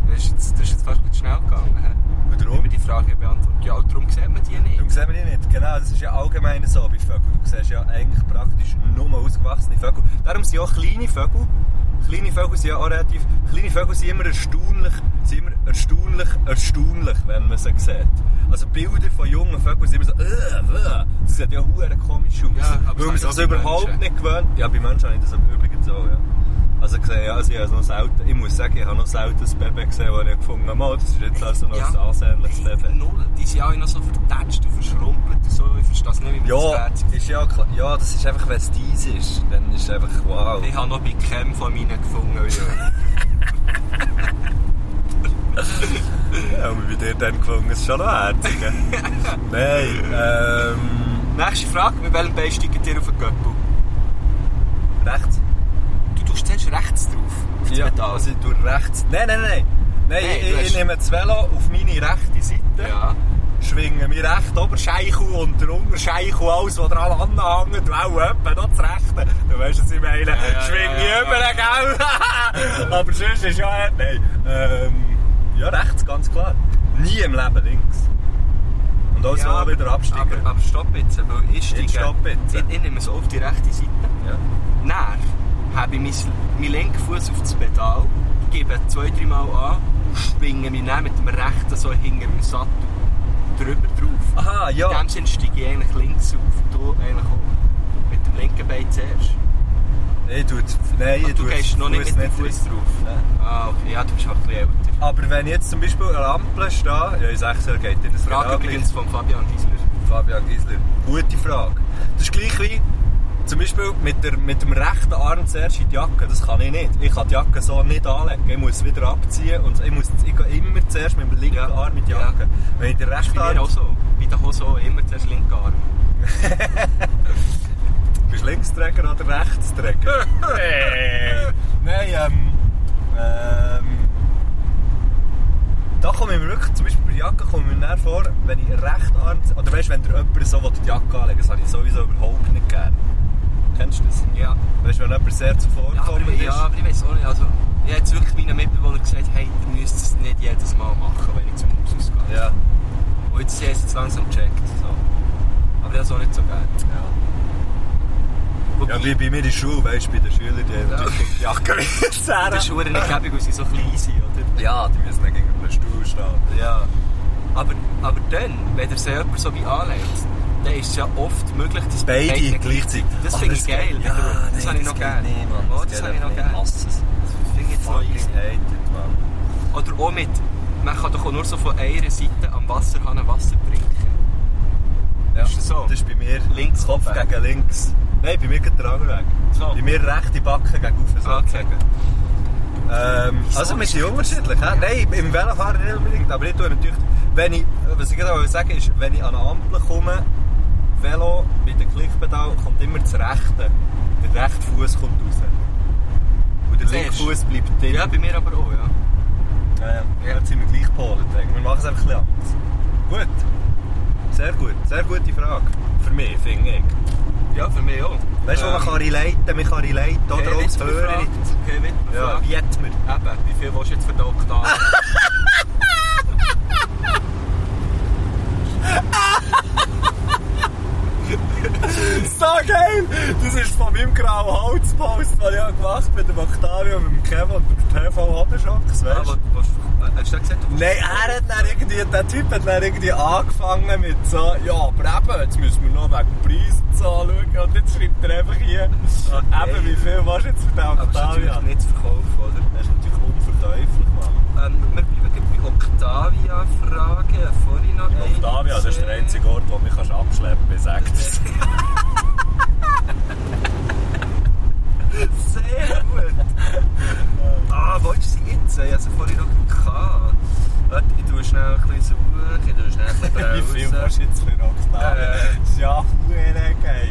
das ist, jetzt, das ist jetzt fast gut schnell gegangen. hä? Und Wie wir darum? die Frage beantwortet. Ja, und darum sieht man die nicht. Darum sehen wir die nicht. Genau, das ist ja allgemein so bei Vögeln. Du siehst ja eigentlich praktisch nur ausgewachsene Vögel. Darum sind auch kleine Vögel. Kleine Vögel sind ja auch relativ. Kleine Vögel sind immer erstaunlich, sind immer erstaunlich, erstaunlich, wenn man sie sieht. Also Bilder von jungen Vögeln sind immer so, äh, äh, das sieht ja hure komisch aus. Ja, aber weil man das haben sich das ja auch die überhaupt Menschen. nicht gewöhnt. Ja, bei Menschen habe ich das aber übrigens auch, ja. Also, gesehen, ja, also ich, habe es noch selten, ich muss sagen, ich habe noch selten ein Baby gesehen, das ich gefunden habe, «Mal, das ist jetzt also noch Ja. ein ansehnliches Baby. Null. Die sind alle noch so vertätscht und verschrumpelt und so. Ich verstehe es nicht, wie man Ja, das Herz... ist ja, klar. ja, das ist einfach, wenn es dies ist, dann ist es einfach wow. Ich habe noch bei keinem von meinen gefunden. Ja. Ja, und bei dir dann gefunden, es ist schon noch herzig. gell? Nein, ähm, Nächste Frage. Mit welchem Bein steigt ihr auf den Göppel? rechts. Du tust zuerst rechts drauf. Auf das Pedal. also du rechts. Nein, nein, nein. Nein, Nein, ich, du ich hast- nehme das Velo auf meine rechte Seite, dus- Ja. schwinge mir recht Oberscheichel und der Unterscheichel, alles, was dran anhängt, und auch etwa noch das Rechte. Du weißt, was ich meine. ja, schwinge ja, ich ja, über, gell? Aber sonst ist ja... Nein, ähm, ja, rechts, ganz klar. Nie im Leben links. Und Also auch so wieder absteigen. Aber, aber stopp jetzt, weil ich steige... Jetzt stopp jetzt. Ich, ich nehme es auf die rechte Seite. ja. Dann habe ich meinen mein linken Fuß auf das Pedal, gebe zwei, dreimal an und schwinge mich dann mit dem rechten so hinter dem Sattel drüber drauf. Aha, In ja. dem Sinne steige ich eigentlich links auf, du eigentlich auch. Mit dem linken Bein zuerst. Ich tue, nein, Ah, ich du tue gehst den noch nicht Fuß mit dem Fuß rein. drauf. Nein. Ah, okay, ja, du bist halt ein bisschen älter. Aber wenn ich jetzt zum Beispiel an der Ampel stehe, ja, ich sage, es geht dir das Frage genau gleich. übrigens von Fabian Giesler. Fabian Giesler. Gute Frage. Das ist gleich wie zum Beispiel mit, der, mit dem rechten Arm zuerst in die Jacke. Das kann ich nicht. Ich kann die Jacke so nicht anlegen. Ich muss wieder abziehen und ich, muss, ich gehe immer zuerst mit dem linken Ja. Arm in die Ja. Jacke. Wenn ich den rechten Bei mir auch Arm... so. Bei der Hose auch immer zuerst linken Arm. Bist du Linksträger oder Rechtsträger? hey. Nein, ähm... Ähm... Da komme ich mir wirklich, zum Beispiel bei der Jacke komme ich mir dann vor, wenn ich recht arm... Oder weißt du, wenn dir jemand so will, die Jacke anlegen will, das habe ich sowieso überhaupt nicht gern. Kennst du das? Ja. Weißt du, wenn jemand sehr Ja, aber, zuvorkommend ist? ja, aber ich weiß auch nicht. Also, ich habe jetzt wirklich meinen Mitbewohner gesagt, hey, ihr müsst es nicht jedes Mal machen, wenn ich zum Haus ausgehe. Ja. Und jetzt haben sie es langsam gecheckt. So. Aber das ist auch nicht so geil. Ja. Wobei, ja, wie bei mir in der Schule, weißt du, bei den Schülern, die haben Ja. natürlich die Jacke wieder das ist verdammt nicht gäbig, weil sie so klein sind, oder? Ja, die müssen dann gegen den Stuhl stehen. Ja. Aber, aber dann, wenn er so jemand so wie anlegt, dann ist es ja oft möglich, dass Beide nicht gleichzeitig. Das Ah, finde ich das geht- geil. Ja, wiederum. das nee, habe ich das noch geht gerne. nicht, Mann. Oh, das Das geht habe ich noch nicht. gerne. Hasse Das finde ich jetzt noch easy. Fucking hated, Mann. Oder auch mit, man kann doch auch nur so von einer Seite am Wasserhahn Wasser trinken. Ja, Ist das so? Das ist bei mir Links Kopf weg. gegen links. Nein, bei mir geht der andere Weg. So. Bei mir rechte Backe gegen auf, sozusagen. Ähm, Wieso also wir ist sind das- unterschiedlich. hä? Nein, im Velofahren nicht unbedingt, aber ich tue natürlich, wenn ich, was ich gerade wollte sagen ist, wenn ich an eine Ampel komme, Velo mit dem Klickpedal kommt immer das Rechte. Der rechte Fuß kommt raus. Und der linke Siehst du? Fuß bleibt drin. Ja, bei mir aber auch, ja. Ja, ja. ja. Jetzt sind wir gleich gepolt. denke ich. Wir machen es einfach ein bisschen anders. Gut. Sehr gut. Sehr gute Frage. Für mich, finde ich. Ja, für mich auch. Weißt du, Ähm. wo man kann relaten, man kann relaten, oder auch zu hören. Okay, Wittmer Ja, fragt. wie hat man? Eben, wie viel willst du jetzt für den Oktav? So geil! Das ist von meinem grauen Holzpost, den ich gemacht habe mit dem Octavio, mit dem Kevin und dem TV Hodenschocks, Ah, weißt was, du? was, äh, hast du das gesagt? Nein, er hat dann irgendwie, der Typ hat dann irgendwie angefangen mit so, ja, aber eben, jetzt müssen wir noch wegen Preis anschauen und jetzt schreibt er einfach hier, Okay. eben, wie viel warst du jetzt für den Aber das ist Octavio? natürlich nicht zu verkaufen, oder? Das ist natürlich unverkäuflich, Mann. Ähm, wir bleiben gleich bei Octavia-Fragen. Vorhin noch eine. Octavio, das ist der gesehen. einzige Ort, wo du mich kannst abschleppen kannst, sagt er. Sehr gut. ah, wo ist sie jetzt? Ich hatte sie vorhin noch gehabt. Warte, ich tue schnell ein bisschen suchen, ich tue schnell ein bisschen Wie viel browsen. kannst du jetzt für Octavio? Äh. Das ist ja verdammt geil.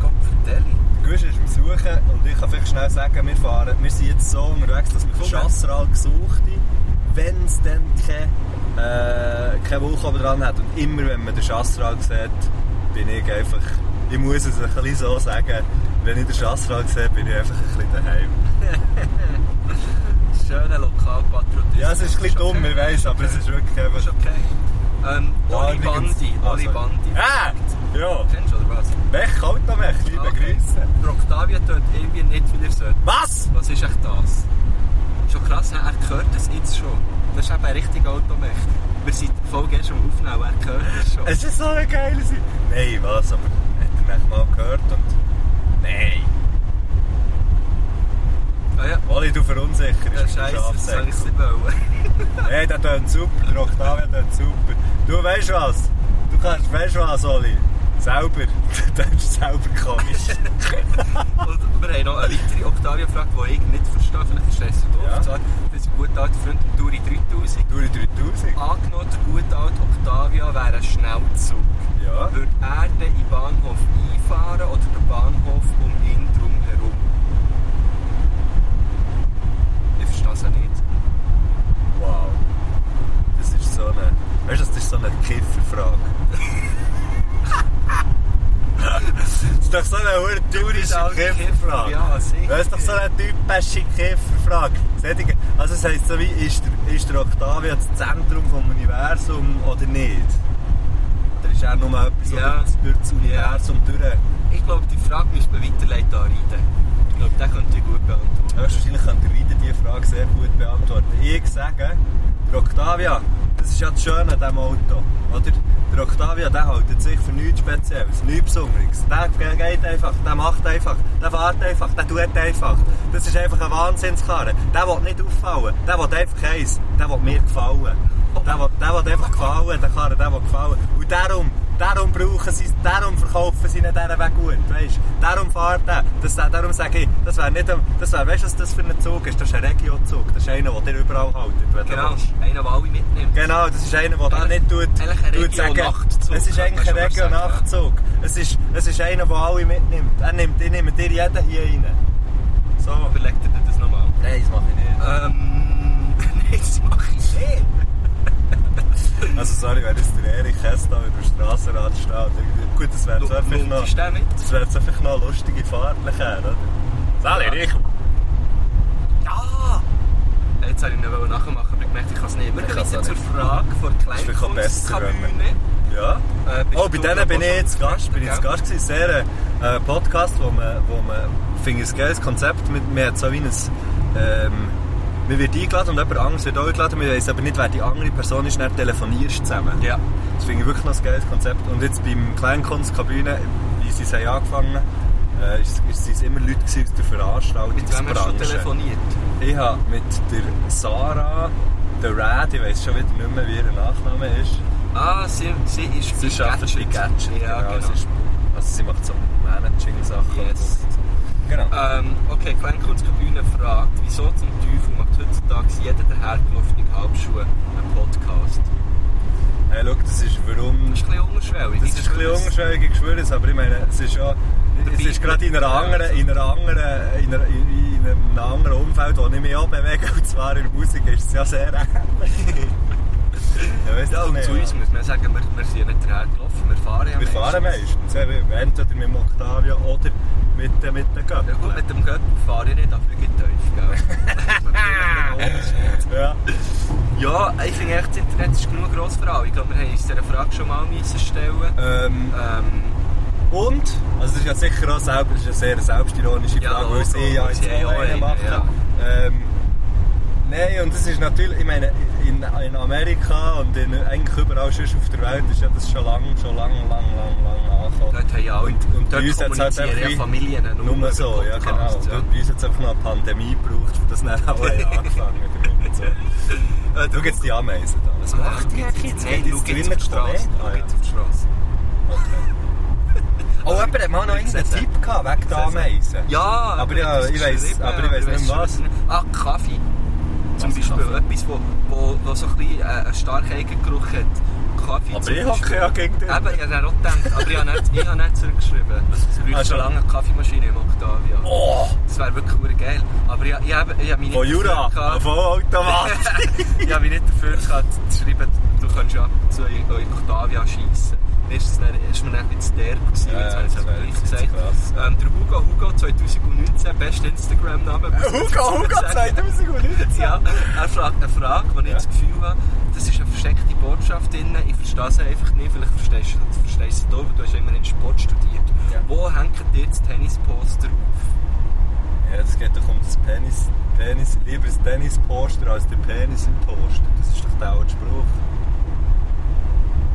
Gott, verdeli. Gusch ist am Suchen und ich kann vielleicht schnell sagen, wir, fahren, wir sind jetzt so unterwegs, dass wir für Moment. Schassral gesucht haben, wenn es dann keine, äh, keine Wolke oben dran hat. Und immer wenn man den Schassral sieht, bin ich einfach, ich muss es ein bisschen so sagen, wenn ich den Schassral sehe, bin ich einfach ein bisschen daheim. Schöner Lokalpatriotismus. Ja, es ist ein bisschen dumm, ich weiss, aber es ist wirklich Ist einfach... okay. Ähm, Oli Bandi, Oli Bandi. Ah! Ja! Kennst du oder was? Mech, Automech, liebe Okay. Grüße. Der Octavia tönt irgendwie nicht, wie er sollte. Was? Was ist echt das? Schon krass, ne? er hört es jetzt schon. Das ist eben ein richtiger Automech. Wir sind voll gestern schon am Aufnehmen, er hört es schon. Es ist so eine geile Seite. Nein, was? Aber hat er mich mal gehört und. Nein! Ah ja, Oli, du verunsicherst. ja mich, scheiße, das soll ich Schafsäckel. nicht wollen. Nein, der tönt super. Der Octavia tönt super. Du weißt was? Du kannst, weißt was, Oli? Selber. Du tönst selber komisch. Und wir haben noch eine weitere Octavia gefragt, die ich nicht verstehe. Vielleicht verstehst du Ja. doch. Ja. Das ist ein guter alter Freund, Duri 3000. Du 3000? Angenommen, der gute alte Octavia wäre ein Schnellzug. Ja. Würde er dann in den Bahnhof einfahren oder der Bahnhof um ihn drumherum? Ich verstehe es auch nicht. Wow. Das ist so eine. Weißt du, das ist so eine Kifferfrage. das ist doch so eine hohe touristische alte Kifferfrage. Ja, sicher. Das ist doch so eine typische Kifferfrage. Solche- Also es heisst so wie, ist der, ist der Octavia das Zentrum vom Universum oder nicht? Oder ist er nur etwas, Ja. das durch das Universum durch... Ich glaube, die Frage müsste man weiterleiten an Reiden. Ich glaube, der könnte ich gut beantworten. Höchstwahrscheinlich könnte Reiter diese Frage sehr gut beantworten. Ich sage, der Octavia, das ist ja das Schöne an diesem Auto. Oder? Der Octavia der hält sich für nichts Spezielles, nichts Besonderes. Der geht einfach, der macht einfach, der fährt einfach, der tut einfach. Das ist einfach ein Wahnsinnskarre. Der will nicht auffallen, der will einfach eins, der will mir gefallen. Der will, der will einfach gefallen, der Karre, der will gefallen. Und darum, darum brauchen sie, darum verkaufen sie nicht diesen Weg gut, weißt? Darum fährt er. Das, darum sage ich, das wäre nicht, ein- das wäre, weißt du, was das für ein Zug ist? Das ist ein Regio-Zug. Das ist einer, der dir überall haltet. wenn du Genau, willst. einer, der alle mitnimmt. Genau, das ist einer, der da Eigentlich- nicht tut, eigentlich ein tut sagen, Regio-Nachtzug, es ist könnte eigentlich man ein schon fast sagen, Regio-Nachtzug. Es ist, es ist einer, der alle mitnimmt. Er nimmt, ich nehme dir jeden hier rein. So. Überleg dir das nochmal. Nein, das mache ich nicht. Ähm, nein, das mache ich nicht. Also sorry, wenn jetzt der Erich Hess da über dem Strassenrad steht. irgendwie- Gut, das wäre Du so einfach noch... nimmst den mit. Das wäre jetzt einfach noch eine lustige Fahrt nachher, oder? Sally, Erich! Ja! Jetzt wollte ich ihn nachmachen, aber ich gemerkt, ich kann es nicht. Wir Ich kommen kann's jetzt auch zur nicht. Frage von der Ist vielleicht auch besser, wenn man- Kleinkunstkabine. Ja? Äh, bist oh, bei du denen noch bin ich Botschaft- jetzt Gast. Bin ich jetzt Gell? Gast gewesen. Sehr äh, ein Podcast, wo man, wo man finde ich ein geiles Konzept mit, man hat so wie ein, ähm, Man wird eingeladen und jemand anderes wird auch eingeladen. Wir wissen aber nicht, wer die andere Person ist, dann telefonierst du zusammen. Ja. Das finde ich wirklich noch ein geiles Konzept. Und jetzt beim Kleinkunstkabine, wie sie es haben angefangen haben, äh, ist- ist- sind es immer Leute gewesen aus der Mit wem hast du Veranstaltungsbranche. telefoniert? Ich habe mit der Sarah, der Rad, ich weiß schon wieder nicht mehr, wie ihr Nachname ist. Ah, sie, sie ist Sie arbeitet bei Gadget. Ja, genau. Sie, ist, also sie macht so Managing-Sachen. Yes. Genau. Ähm, okay, Kleinkunstkabine fragt, wieso zum Teufel macht heutzutage jeder der hergelaufene Halbschuhe einen Podcast? Hey, schau, das ist warum... Das ist ein bisschen unterschwellig. Das ist ein bisschen ungeschwärig, ich schwöre es, aber ich meine, es ist ja... Es ist gerade in, einer anderen, in, einer anderen, in, einer, in in einem anderen Umfeld, wo ich mich auch bewege, und zwar in der Musik, ist es ja sehr ähnlich. ja, weißt Ja, du, und nicht, zu uns muss man sagen, wir, wir sind nicht hergelaufen, wir fahren ja Wir fahren meistens, eben, entweder mit dem Octavia oder mit, dem- mit den Göppen. Ja gut, mit dem Göppel fahre ich nicht, aber ich gehe tief, gell? Ja. ja, ich finde echt, das Internet ist genug gross für alle. Ich glaube, wir haben uns dieser Frage schon mal müssen stellen Ähm, ähm, Und, also das ist ja sicher auch selbst, das ist eine sehr selbstironische Ja, Frage, weil logo, sie ja weil jetzt sie ja auch eine, einen machen. ja. Ähm, Nein, und das ist natürlich, ich meine, in, in Amerika und in, eigentlich überall sonst auf der Welt ist ja das schon lang, schon lang, lang, lang, lang angekommen. dort haben ja alle... Und- und bei uns hat's halt kommunizieren einfach ja Familien Nur, über so, ja genau. Podcasts, Und ja. dort bei uns hat es einfach noch eine Pandemie gebraucht, für das dann auch alle angefangen hat. So. Schau jetzt die Ameisen da. Was macht die jetzt? jetzt? Nein, Geht schau drinnen jetzt auf die Straße. kommen? Ah, Schau ja. jetzt auf die Straße. Oh, jemand hat mal noch irgendeinen Sehe. Tipp gehabt, wegen der Ameisen. Ja, Aber ja, etwas ich weiss- geschrieben, aber ich weiss nicht schon, was. es nicht- Ah, Kaffee. Zum Was ist Beispiel Kaffee? etwas, wo, wo, wo so ein bisschen äh, einen starken Eigengeruch hat. Kaffee Aber zum ich hocke Beispiel. ja gegen den. Eben, ich habe auch gedacht, aber ich habe nicht, ich habe nicht zurückgeschrieben. Es Ah, braucht schon. schon lange eine Kaffeemaschine im Octavia. Oh! Das wäre wirklich verdammt geil. Aber ich, ich, habe, ich habe mich nicht Von Jura, dafür gehabt- von Automat. ich habe mich nicht dafür gehabt, zu schreiben, du kannst ja zu in in Octavia schiessen. Mir ist, das dann, ist mir dann ein bisschen derb gewesen, Ja, jetzt habe ich es das aber wär gleich jetzt gesagt. krass. Ähm, der Hugo Hugo 2019, bester Instagram-Name. muss ich Hugo, dazu Hugo sagen. 2019. Ja, er fragt eine Frage, die ich Ja. das Gefühl habe, das ist eine versteckte Botschaft drin, ich verstehe sie einfach nicht, vielleicht verstehst du, verstehst du sie doch, weil du hast ja immerhin Sport studiert. Ja. Wo hängt dir das Tennisposter auf? Ja, das geht doch um das Penis. Penis lieber das Tennisposter als der Penis im Poster. Das ist doch der alte Spruch.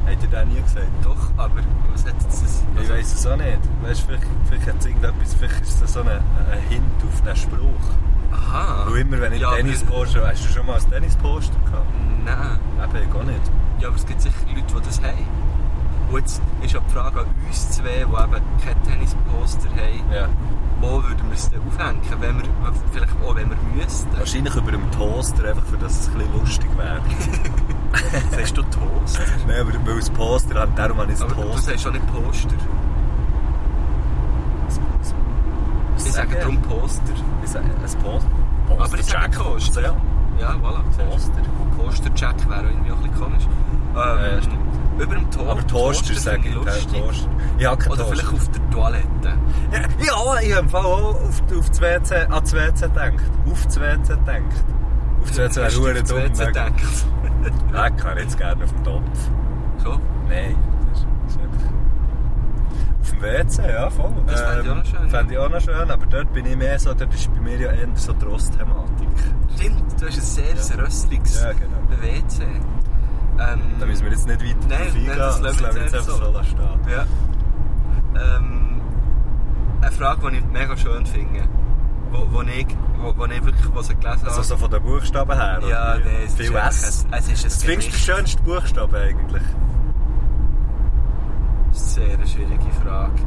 Hat ihr den nie gesagt? Doch, aber was hat jetzt das... Ich weiß es auch nicht. Weißt, vielleicht, vielleicht hat es irgendetwas, vielleicht ist das so ein, ein Hint auf den Spruch. aha. Weil immer wenn ich Ja, aber- Tennisposter, hast du schon mal ein Tennisposter gehabt? Nein. Eben, ich auch nicht. Ja, aber es gibt sicher Leute, die das haben. Und jetzt ist ja die Frage an uns zwei, die eben kein Tennisposter haben, Ja. wo würden wir es denn aufhängen, wenn wir, vielleicht auch wenn wir müssten. Wahrscheinlich über dem Toaster, einfach für dass es ein bisschen lustig wäre. Sagst du Toast? Nein, aber weil es Poster hat, darum habe ich ein Aber du Poster. sagst schon nicht Poster. Ich sage darum Poster. Ich sage, ein Poster. Poster Aber ich sage Jack. Poster. Ja. Ja, voilà. siehst Poster. du. Poster-Check wäre auch irgendwie ein bisschen komisch. Ähm, Ja, stimmt. über dem Toast. Aber Toaster sage ich. äh, lustig. Toaster. Ich habe keinen Oder Toaster. vielleicht auf der Toilette. Ja, ja, ich habe im Fall auch auf, auf das WC, an das WC gedacht. Auf das WC gedacht. Auf das WC wäre Hast du verdammt auf dumm. das WC wegen- gedacht? Nein, ich kann jetzt gerne auf dem Topf. So, Nein, das ist- das ist einfach... Auf dem WC, ja, voll. Ähm, Das fände ich auch noch schön. Fände ich auch noch schön, aber dort bin ich mehr so, dort ist bei mir ja eher so die Rost-Thematik. stimmt. Du hast ein sehr ja. röstliches Ja, genau. WC. Ähm, Da müssen wir jetzt nicht weiter Nein, drauf nein, das lassen wir wir jetzt jetzt einfach so. so stehen. Ja. Ähm, eine Frage, die ich mega schön finde. Wo, wo ich, wo, wo ich wirklich wo sie gelesen habe. Also so von den Buchstaben her? ja, oder wie? nein, es ist, Viel einfach S. ein- es ist ein Was findest du den schönsten Buchstaben eigentlich? Das ist eine sehr schwierige Frage.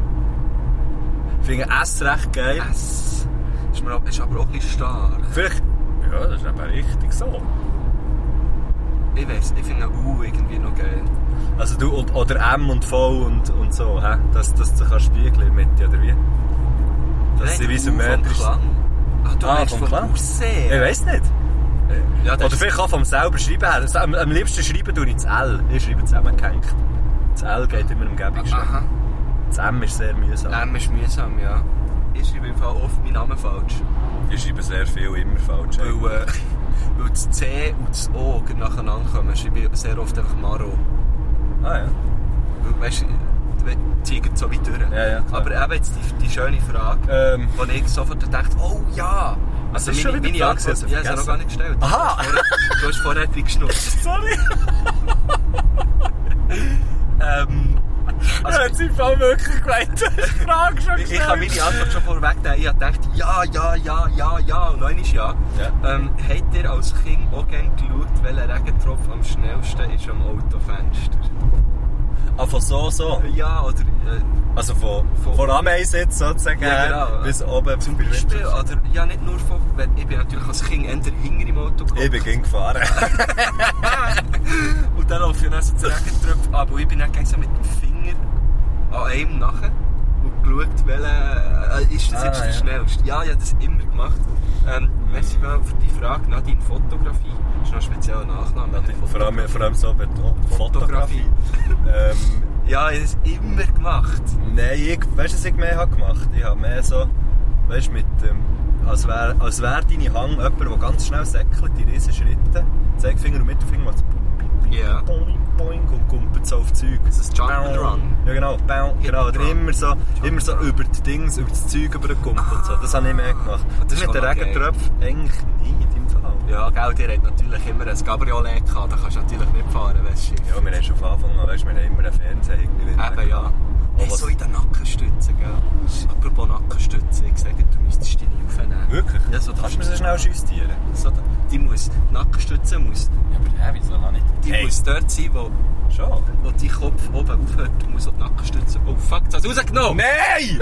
Ich finde S recht geil. Es ist, mir, ab- ist aber auch ein bisschen stark. Vielleicht... Ja, das ist aber richtig so. Ich weiß, ich finde U irgendwie noch geil. Also du, und, oder M und V und, und so, hä? Dass, dass du kannst spiegeln mit, oder wie? Dass sie Nein, wie so U vom metrisch- Klang. Ah, du Ah, meinst vom vom Klang? Aussehen? Ich weiss nicht. Ja, das Oder ist- vielleicht auch vom selber Schreiben her. Also, am, am liebsten schreiben tue ich das L. Ich schreibe zusammengehängt. Das L geht immer am gäbigsten. Aha. Das M ist sehr mühsam. M ist mühsam, ja. Ich schreibe im Fall oft meinen Namen falsch. Ich schreibe sehr viel immer falsch. Weil, äh, weil das C und das O gleich nacheinander kommen, schreibe ich sehr oft einfach Maro. Ah ja. Weil, Weißt du, we- ziehe ich so weit durch. Ja, ja, klar. Aber eben jetzt die, die schöne Frage, Ähm, wo ich sofort dachte, oh ja, Also ist schon meine, wieder die meine Frage Antwort, gewesen, ich habe sie noch vergessen. gar nicht gestellt. Aha! Du hast vorher drin geschnupft. Sorry! Ähm, Also, hat sie im Fall wirklich gemeint, du hast die Frage schon ich habe meine Antwort schon vorweggenommen. Ich habe gedacht, ja, ja, ja, ja, ja und neun ist ja. Ja. Ähm, habt ihr als Kind auch gerne geschaut, welcher Regentropfen am schnellsten ist am Autofenster? Ah, von so, so. Ja, oder... Äh, Also von, Von- von, von Ameisen jetzt sozusagen Ja, genau. bis oben zum Beispiel, oder, ja, nicht nur von... weil Ich bin natürlich als Kind eher hinter im Auto gekommen. Ich bin gegen gefahren. Und dann laufe ich dann so zu Regentröpfen ab. Und ich bin dann gleich so mit dem Finger an einem nachher und geschaut, welcher äh, ist das Ah, jetzt der ja. Mhm. schnellste. Ja, ich habe das immer gemacht. Ähm, Merci mal für die Frage. Nadine Fotografie. Das ist noch ein spezieller Nachname. vor, allem, vor allem so Beton. Fotografie. ähm, Ja, ich habe das immer gemacht. Nein, ich, weißt du, was ich mehr habe gemacht Ich habe mehr so, weißt du, mit dem, als wäre als wär deine Hang jemand, der ganz schnell säckelt, die riesen Schritte, Zeigefinger und Mittelfinger macht so Ja. boing, boing und kumpelt so auf Zeug. Das ist Jump and Run. Ja genau, bau, Hit genau. and Oder Run. immer so, immer so and Run. über die Dings, über das Zeug übergekumpelt. So. Das habe ich mehr gemacht. Ah, das Das ist mit den auch noch geil. Regentröpfen eigentlich nie in deinem Fall. Ja, gell, der hat natürlich immer ein Cabriolet gehabt. Da kannst du natürlich nicht fahren, weißt du. Ja, wir haben schon von Anfang an, weißt, du, wir haben immer einen Fernseher irgendwie. Eben, ja. Hey, Oh, was- so in den Nackenstützen, gell. Apropos Nackenstützen, ich sage, du müsstest deine aufnehmen. Wirklich? Ja, so Kannst du mir so schnell justieren? So, die muss, die Nackenstütze muss, Ja, aber hä, wieso noch nicht? die Hey, muss dort sein, wo, schon. wo dein Kopf oben aufhört, muss auch die Nackenstütze. Oh fuck, das hast du rausgenommen! Nein!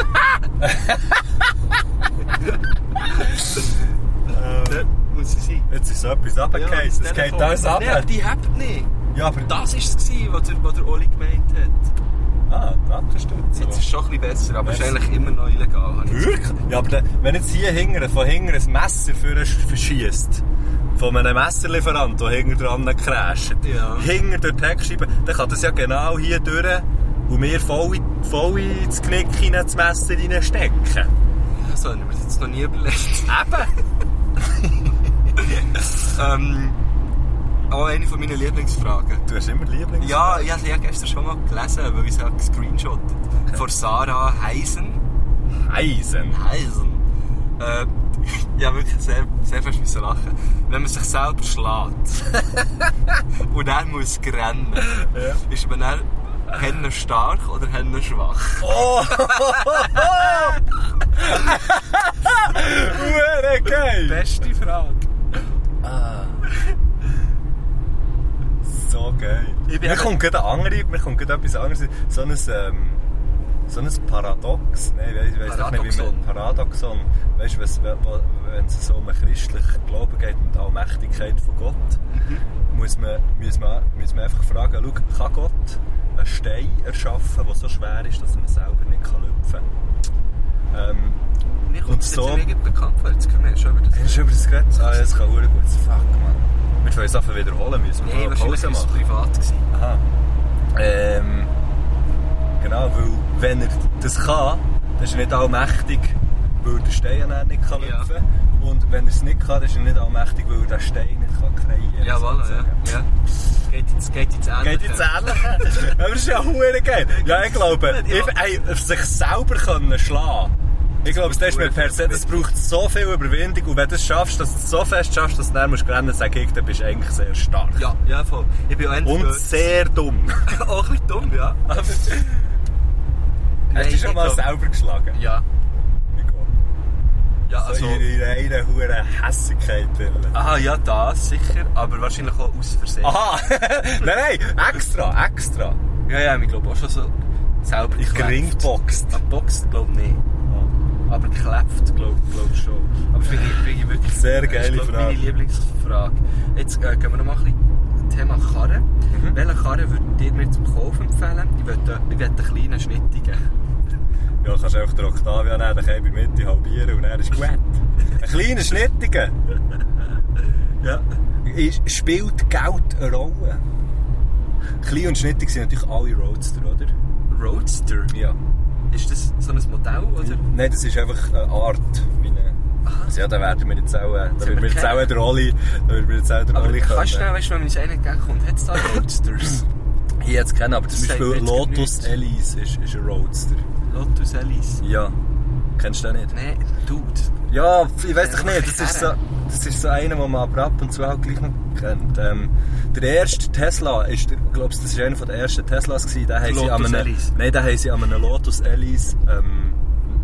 Dort muss sie sein. Jetzt ist so etwas Ja, runtergefallen. Es geht Telefon. alles Nein, aber runter. die hebt nicht. Ja, aber da... Das war es, gewesen, was der, was der Oli gemeint hat. Ah, Nackenstütze. Jetzt ist es schon ein bisschen besser, aber es ist Yes. eigentlich immer noch illegal. habe ich das Wirklich? Ja, aber dann- wenn jetzt hier hinten, von hinten ein Messer für verschießt, von einem Messerlieferant, der hinten dran crasht, Ja. hinten durch die Heckscheibe, dann kann das ja genau hier durch und wir voll, in- voll ins Knick hinein das Messer reinstecken. Gefühl. Das habe ich mir jetzt noch nie überlegt. Eben! Ähm, auch eine von meiner Lieblingsfragen. Du hast immer Lieblings... Ja, ich habe sie ja gestern schon mal gelesen, weil ich sie habe gescreenshottet Von Sarah Heisen. Eisen. Heisen. Äh, ja, wirklich sehr, sehr fest müssen lachen. Wenn man sich selber schlägt und dann muss rennen, Ja. ist man dann Hennen stark oder Hennen schwach? Oh! Hure geil! Beste Frage. So geil. Ich bin Mir eben- kommt gerade eine andere, mir kommt gerade etwas anderes. in- So ein, ähm, so ein Paradox. Nein, ich weiß doch nicht, wie man. Paradoxon. Paradoxon. Weißt du, was- wa- wa- wenn es so um einen christlichen Glauben geht und die Allmächtigkeit von Gott, Mhm. muss, man, muss, man, muss man einfach fragen, schau, kann Gott einen Stein erschaffen, der so schwer ist, dass man selber nicht kann lüpfen kann? Ähm, Mir kommt Und es so- jetzt irgendwie bekannt vor. Jetzt können wir ja schon über das Hast du über das geredet? Ah, das kann verdammt gut sein. Fuck, Mann. Wir wollen Sachen wiederholen müssen. Wir Nein, können wahrscheinlich war es privat. Gewesen. Aha. Ähm, genau, weil wenn er das kann, dann ist er nicht allmächtig, weil der Stein dann nicht kann Ja. lüpfen Und wenn er es nicht kann, dann ist er nicht allmächtig, weil er den Stein nicht kann kreieren Ja, voilà, ja. sozusagen. ja. Geht jetzt, geht jetzt ähnlich. Geht ins Ähnliche. Aber das ist ja hure geil. Ja, ich glaube, Ja. ich- ey, auf sich selber können schlagen. Ich glaube, das, ist mir per se, das braucht so viel Überwindung. Und wenn du es schaffst, dass du es so fest schaffst, dass du dann musst rennen musst, sage ich, dann bist du eigentlich sehr stark. Ja, ja, voll. Ich bin auch entweder- Und sehr dumm. auch ein bisschen dumm, ja. Aber- Hast Nein, du schon ich mal glaub- selber geschlagen? Ja. Ja, also... Also in in einer hohen Hässigkeit. Alter. Aha, ja, das sicher, aber wahrscheinlich auch aus Versehen. Aha! nein, nein! Extra, extra! Ja, ja, ich glaube auch schon so selber Ich geringboxt. Boxt glaube ich nicht. Aber geklebt glaube glaub ich schon. Aber finde ich, finde ich wirklich Sehr das ist, geile glaub ich, Frage. meine Lieblingsfrage. Jetzt äh, gehen wir noch mal ein bisschen Thema Karren. Welchen Karren würdet ihr mir zum Kauf empfehlen? Ich möchte ich möchte einen kleinen Schnittigen. Ja, kannst einfach den Octavia nehmen, dann kann ich bei Mitte halbieren und er ist gut. Ein kleiner Schnittiger. Ja. Ist- Spielt Geld eine Rolle? Klein und schnittig sind natürlich alle Roadster, oder? Roadster? Ja. Ist das so ein Modell, oder? Nein, das ist einfach eine Art. eh, Wie eine also ja, dann werden wir jetzt auch, äh, dann Sind wir werden wir jetzt auch keine? den Rolli, dann werden wir jetzt auch den Aber Rolli kannst du können. schnell, weißt du, wenn man ins eine Gag kommt, hat es da Roadsters? Ich jetzt kennen, aber zum Das sagt Beispiel mir jetzt Lotus nichts. Elise ist, ist ein Roadster. Lotus Elise. Ja. Kennst du den nicht? Nein, Dude. Ja, ich weiß doch nicht. Das ist so, das ist so einer, den man aber ab und zu auch gleich noch kennt. Ähm, der erste Tesla, ist, der- glaubst du, das war einer der ersten Teslas. Gewesen. Den haben sie Lotus an einem, Elise. Nein, den haben sie an einem Lotus Elise, ähm,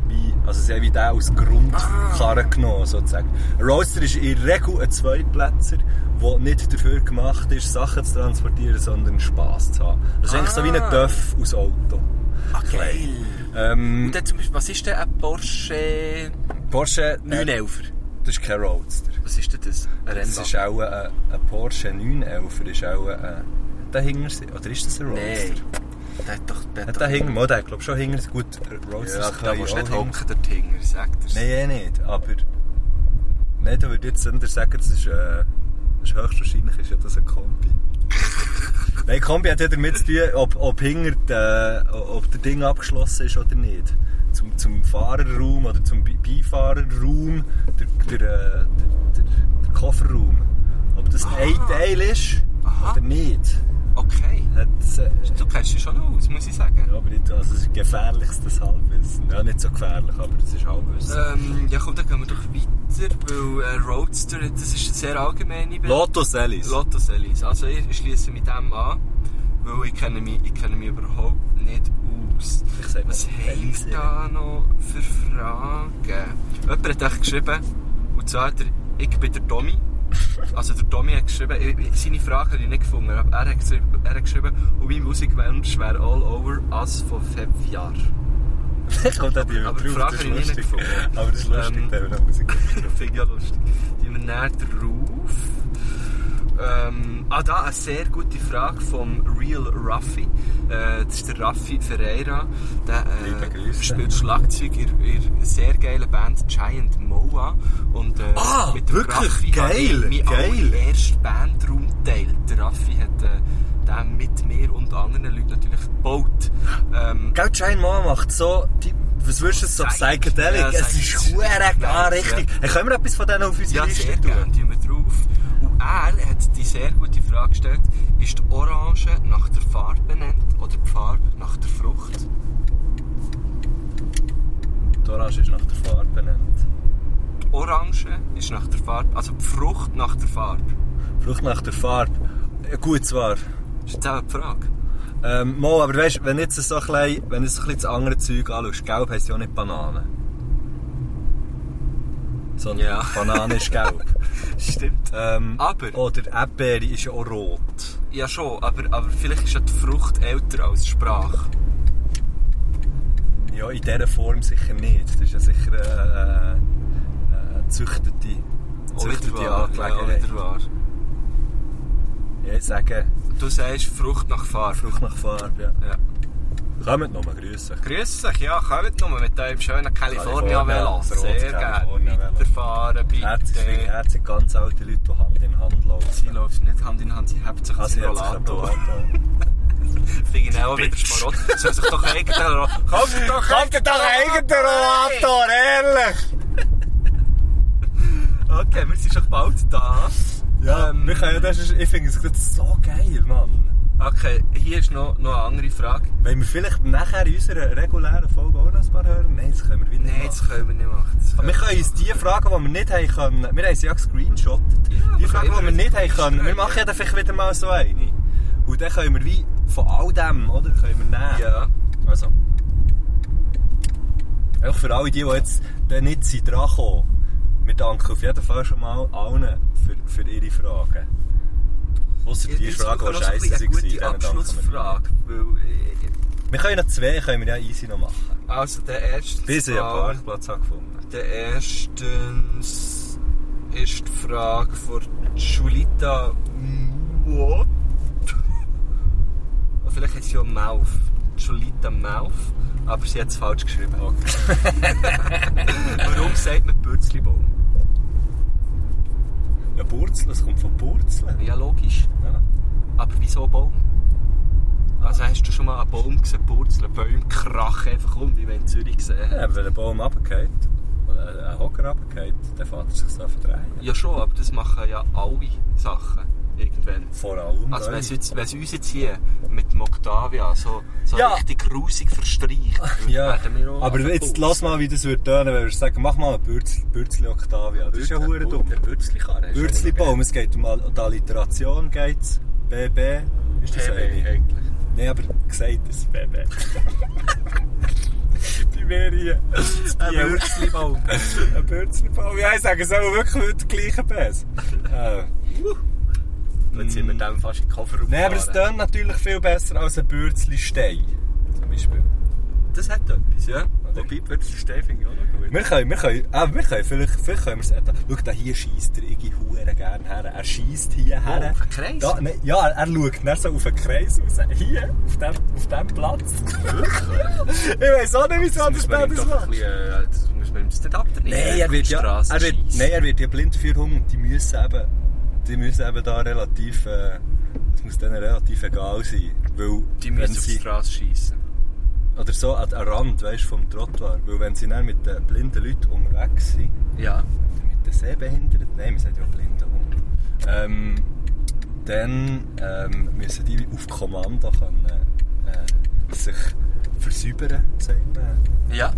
wie, also sie haben wie den als Grundkarren genommen, sozusagen. Ein Roadster ist in der Regel ein Zweitplätzer, der nicht dafür gemacht ist, Sachen zu transportieren, sondern Spass zu haben. Das ist eigentlich so wie ein Ah. Döff aus Auto. Ah, geil. Ähm, Und dann zum Beispiel, was ist denn ein Porsche Porsche äh, 911? Das ist kein Roadster. Was ist denn Äh, das? Ein Das ist auch ein, ein Porsche 911, ist auch ein... Der hinter sich, oder ist das ein Roadster? Nein. Der hat doch... Der Hat der hinter mal, der hat, glaub schon hinter sich, gut, Roadsters Ja, da können musst auch du nicht hinter- hocken, der Tinger, sagt er. Nein, eh nicht, aber... Nein, da würde jetzt eher sagen, das ist, äh, das ist höchstwahrscheinlich ist ja das ein Kombi. Nein, Kombi hat ja damit zu tun, ob, ob hinter der, ob der Ding abgeschlossen ist oder nicht. Zum, zum Fahrerraum oder zum Be- Beifahrerraum, der, der, äh, der, der, der Kofferraum. Ob das ein Teil ist Aha. oder nicht. Okay. Hat, äh, Du kennst dich schon aus, muss ich sagen. ja, aber nicht, also es ist gefährlichstes Halbwissen. Ja, nicht so gefährlich, aber es ist Halbwissen. Ähm, ja komm, dann gehen wir doch weiter, weil äh, Roadster, das ist eine sehr allgemeine Be Lotus Ellis. Lotus Elise. Also ich schließe mit dem an, weil ich kenne mich, ich kenne mich überhaupt nicht aus. Ich sag mal, Was haben Elise. wir da noch für Fragen? Jemand hat echt geschrieben, und zwar der, ich bin der Tommy. Also der Tommy hat geschrieben, ich- ich- seine Frage habe ich nicht gefunden, aber er hat, geschri- er hat geschrieben, und mein Musikwunsch wäre All Over Us von Februar. Ich komme da die Aber die drauf, Frage das habe ich ist nicht lustig. gefunden. Aber das ist lustig, Ähm, da haben wir noch Musik. Finde ich ja lustig. Die wir näher drauf. Ähm, ah, da eine sehr gute Frage vom Real Raffi. Äh, das ist der Raffi Ferreira. Der Liebe äh, Grüße. spielt Schlagzeug in der sehr geilen Band Giant Moa. Und, äh, Ah, mit dem wirklich? Raffi habe ich Geil, meinen geil. allerersten Bandraum teilt. Der Raffi hat äh, den mit mir und anderen Leuten natürlich gebaut. Ähm, Gell, Giant Mom macht so, die, was würdest du so, Psych- Psychedelic? Ja, es Psych- ist verdammt Ja. anrichtig. Ja. Können wir etwas von denen auf unsere Ja, Liste sehr gerne, tun? tun wir drauf. Und er hat die sehr gute Frage gestellt, ist die Orange nach der Farbe benannt oder die Farbe nach der Frucht? Die Orange ist nach der Farbe benannt. Die Orange ist nach der Farbe, also die Frucht nach der Farbe. Frucht nach der Farbe. Ja, gut zwar. Ist jetzt auch eine Frage. Ähm, Mo, aber weißt du, wenn jetzt so ein bisschen, wenn du so ein bisschen das andere Zeug anschaust, gelb heisst ja auch nicht Banane. Sondern Ja. Banane ist gelb. Stimmt. Oh. ähm, Aber- Oder Erdbeere ist ja auch rot. Ja schon, aber, aber vielleicht ist ja die Frucht älter als die Sprache. Ja, in dieser Form sicher nicht. Das ist ja sicher eine äh, äh, züchtete, Oder züchtete Oh, wahr, ja, Angelegenheit. oder wahr. Ja, ich sage Du sagst Frucht nach Farbe. Frucht nach Farbe. Ja. Ja. Kommt nochmal, grüße. Grüß euch, ja, kommt nochmal mit eurem schönen California Velo. das rote Sehr gerne. California Velo. Weiterfahren, Herzlich, bitte. herzlich ganz alte Leute, die Hand in Hand Sie laufen. läuft nicht Hand in Hand, sie hebt sich Also, also ich hätte sich Rollator. Rollator. Finde ich auch wieder Sparot. Soll sich doch einen eigenen Rollator... Kauf dir doch Kommt ihr doch eigentlich der Rollator, ehrlich! Okay, wir sind schon bald da. Ja, Ähm, wir können ja das, ich finde es gerade so geil, Mann. Okay, hier ist noch, noch eine andere Frage. Wenn wir vielleicht nachher in unserer regulären Folge auch noch ein paar hören? Nein, das können wir wieder Nein, machen. das können wir nicht machen. Das Aber wir können uns die Fragen, die wir nicht haben können, wir haben sie ja gescreenshottet, Ja, die wir Fragen, die können wir nicht immer haben können, wir screenen. machen ja dann vielleicht wieder mal so eine. Und dann können wir wie von all dem, oder? Können wir nehmen. Ja. Also. Auch für alle die, die jetzt dann nicht sind dran kommen, wir danken auf jeden Fall schon mal allen für, für ihre Fragen. Ausser die Jetzt Fragen, kommt die noch so ein scheiße bisschen eine gute waren, denen danken wir. Abschlussfrage. Weil, äh, Wir können noch zwei können wir ja easy noch machen. also der erste... Bis ich einen Parkplatz habe gefunden Der erstens ist die Frage von Julita What? Vielleicht heißt sie ja Mauf. Julita Mauf, aber sie hat es falsch geschrieben. Warum sagt man Bürzlibaum? Ja, Burzeln, es kommt von Burzeln. Ja, logisch. Ja. Aber wieso Baum? Also hast du schon mal einen Baum gesehen, Purzeln, Bäume krachen einfach um, wie wir in Zürich gesehen haben? Ja, Äh, wenn ein Baum runtergeht, oder ein Hocker runtergeht, dann fährt er sich so verdrehen. Ja schon, aber das machen ja alle Sachen irgendwann. vor allem. Also wenn gell? sie, jetzt, wenn sie uns jetzt hier mit dem Octavia so, so Ja. richtig grusig verstreicht, dann ja, werden wir auch... aber jetzt lass mal, wie das würde tönen, wenn wir sagen, mach mal einen Bürzli, Bürzli Octavia. Das ist ja hure dumm. Der Bürzlikarre. ist schon Bürzlibaum, es geht um Al- die Alliteration, geht's. BB. Ist das nicht mehr- eine? Hey, eigentlich. Nein, aber gesagt das BB. Bei mir hier. Ein Bürzlibaum. Ein Bürzlibaum. Ja, ich sage es auch wirklich mit dem gleichen Bass. Äh, Jetzt sind wir dem fast in den Koffer Nein, aber es tönt natürlich viel besser als ein Bürzli-Stein. zum Beispiel. Das hat etwas, ja. Wobei, Bürzlistein finde ich auch noch gut. Wir können, wir können, ah, wir können, vielleicht, vielleicht können wir es etwa. Schau, da hier schießt der Iggy Huren gerne her. Er schießt hier her. auf den Kreis? Da, ne, ja, er, er schaut dann so auf den Kreis raus. Hier, auf dem, auf dem Platz. ich weiß auch nicht, wieso das Muss man ihm Band das doch ein macht. bisschen, äh, das muss man ihm das nicht äh, abnehmen. Nein, er wird ja, er wird, Straßenscheiss. nein, er wird ja blind für Hunger und die müssen eben, die müssen eben da relativ, äh, das muss denen relativ egal sein. Weil, Die wenn müssen auf die sie, Straße schiessen. oder so an den Rand, weißt, vom Trottoir. Weil wenn sie dann mit den blinden Leuten unterwegs sind, Ja. mit den Sehbehinderten, nein, wir sind ja blind da unten. ähm, dann ähm, müssen die auf Kommando können, äh, sich versäubern, sagt man. Ja.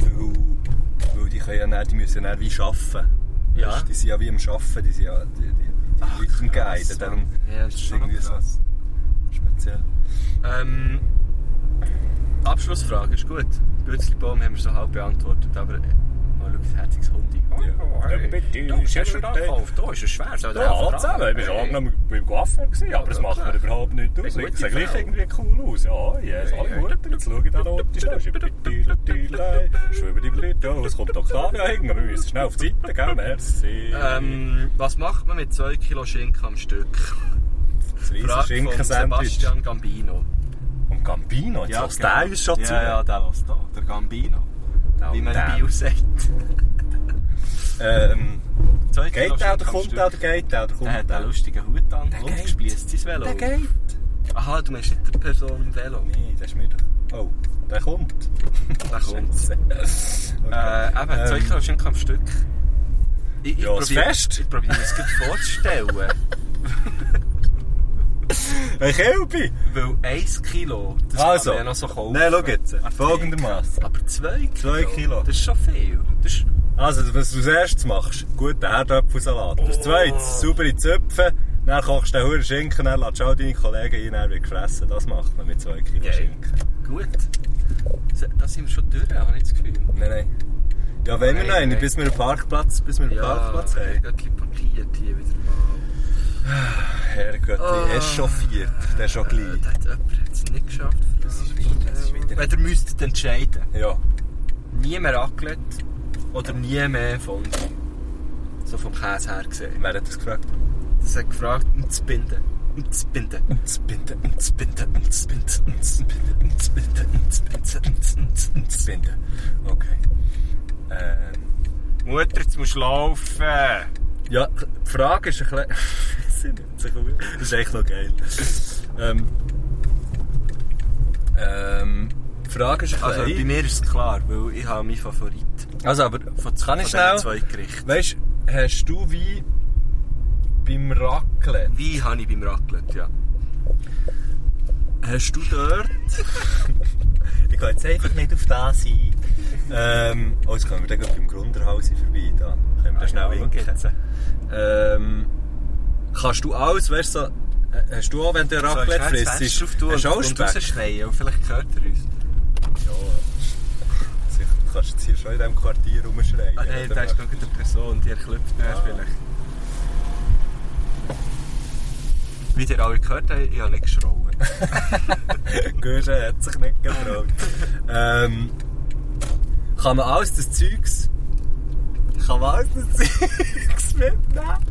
Weil, weil die, können ja nicht, die müssen ja nicht wie arbeiten. Ja. Weisst, Die sind ja wie am Arbeiten, die sind ja die, die, die Leute am krass, Guiden. Darum Mann. Ja, das ist schon irgendwie so krass. speziell. Ähm, Abschlussfrage ist gut. Bützlibaum haben wir so halb beantwortet, aber äh, mal schau, das herziges Hundi. Ja, das hast du da gekauft. Da ist es schwer. soll der einfach Ah, dran? Hey. beim Coiffeur, aber das macht mir überhaupt nicht aus. Ich sehe gleich irgendwie cool aus. Ja, ja, ist alle gut. Jetzt schau ich da noch die Schnee. Schwimmen die Blüte aus, kommt Octavia hin, aber wir müssen schnell auf die Seite, gell? Merci. Ähm, was macht man mit 2 Kilo Schinken am Stück? das riesen Frage von Schinkensandwich. Sebastian Gambino. Und Gambino, jetzt lässt der uns schon zu. genau. Ja, ja, der lässt da. Der Gambino. Wie man der. in Bio sagt. Ähm, Zwei Kilo Schinken geht der, der am kommt Stück. der, der geht der, der kommt Äh, Der hat einen lustigen Hut an, Der geht. aufgespießt sein Velo. Der geht. Aha, du meinst nicht die Person im Velo. Nein, das ist mir doch... Oh, der kommt. Der kommt. Okay. Ähm. Äh, eben, zwei Kilo Schinken am Stück. Ich, ich Ja, das probiere- Fest. Ich probiere mir das gerade vorzustellen. Ein Kälbi! Weil 1 Kilo, das Also. kann man ja noch so kaufen. Nein, schau jetzt. Apotheke. Folgendermaßen. Aber 2 Kilo? Zwei Kilo. Das ist schon viel. Das ist, Also, was du als erstes machst, guten Herdöpfelsalat. Als Oh. zweites, saubere Zöpfe. Dann kochst du den Huren Schinken, dann lässt du all deine Kollegen ein, dann wird gefressen. Das macht man mit 2 Kilo Geil. Schinken. gut. Da sind wir schon durch, habe ich das Gefühl. Nein, nein. Ja, wenn wir Nein, noch einen, nein. bis wir einen Parkplatz, bis wir einen Parkplatz ich bin haben. gerade portiert hier wieder mal. Herrgott, Ah. er ist schon viert. Der ist schon Äh, gleich. das hat jemand jetzt nicht geschafft. Das ist wieder- das ist wieder- Wenn ihr müsstet entscheiden, Ja. nie mehr Raclette oder nie mehr Fondue. So vom Käse her gesehen. Wer hat das gefragt? Das hat gefragt, um zu binden. Um zu binden. Um zu binden, um zu binden, um zu binden, um zu binden, um zu binden, um zu binden, um zu binden, um zu binden. Binden. Okay. Ähm, Mutter, jetzt musst du laufen. ja, die Frage ist ein bisschen... Sie nimmt sich auf. Das ist echt noch geil. Ähm, ähm, die Frage ist ein Also bei bisschen... mir ist es klar, weil ich habe meinen Favorit Also, aber von, kann ich von diesen schnell... zwei Gerichten. Weißt du, hast du wie beim Raclette... Wie habe ich beim Raclette, ja. Hast du dort... ich gehe jetzt einfach nicht auf das ein. Ähm, oh, jetzt kommen wir dann gleich beim Grunderhaus vorbei. Da können Ah, wir da schnell hinken. Ähm, kannst du alles, weißt du, so, äh, hast du auch, wenn du Raclette frisst, ist auf hast du du auch und Speck? rausschneiden und vielleicht gehört er uns. Ah, Ja, sicher, du kannst jetzt hier schon in diesem Quartier rumschreien. Ah nein, oder? da ist gerade eine Person, die erklüpft ah. vielleicht. Wie ihr alle gehört habt, ich habe nicht geschrauen. Gürschen äh, hat sich nicht getraut. ähm, kann man alles das Zeugs. Kann man alles das Zeugs mitnehmen?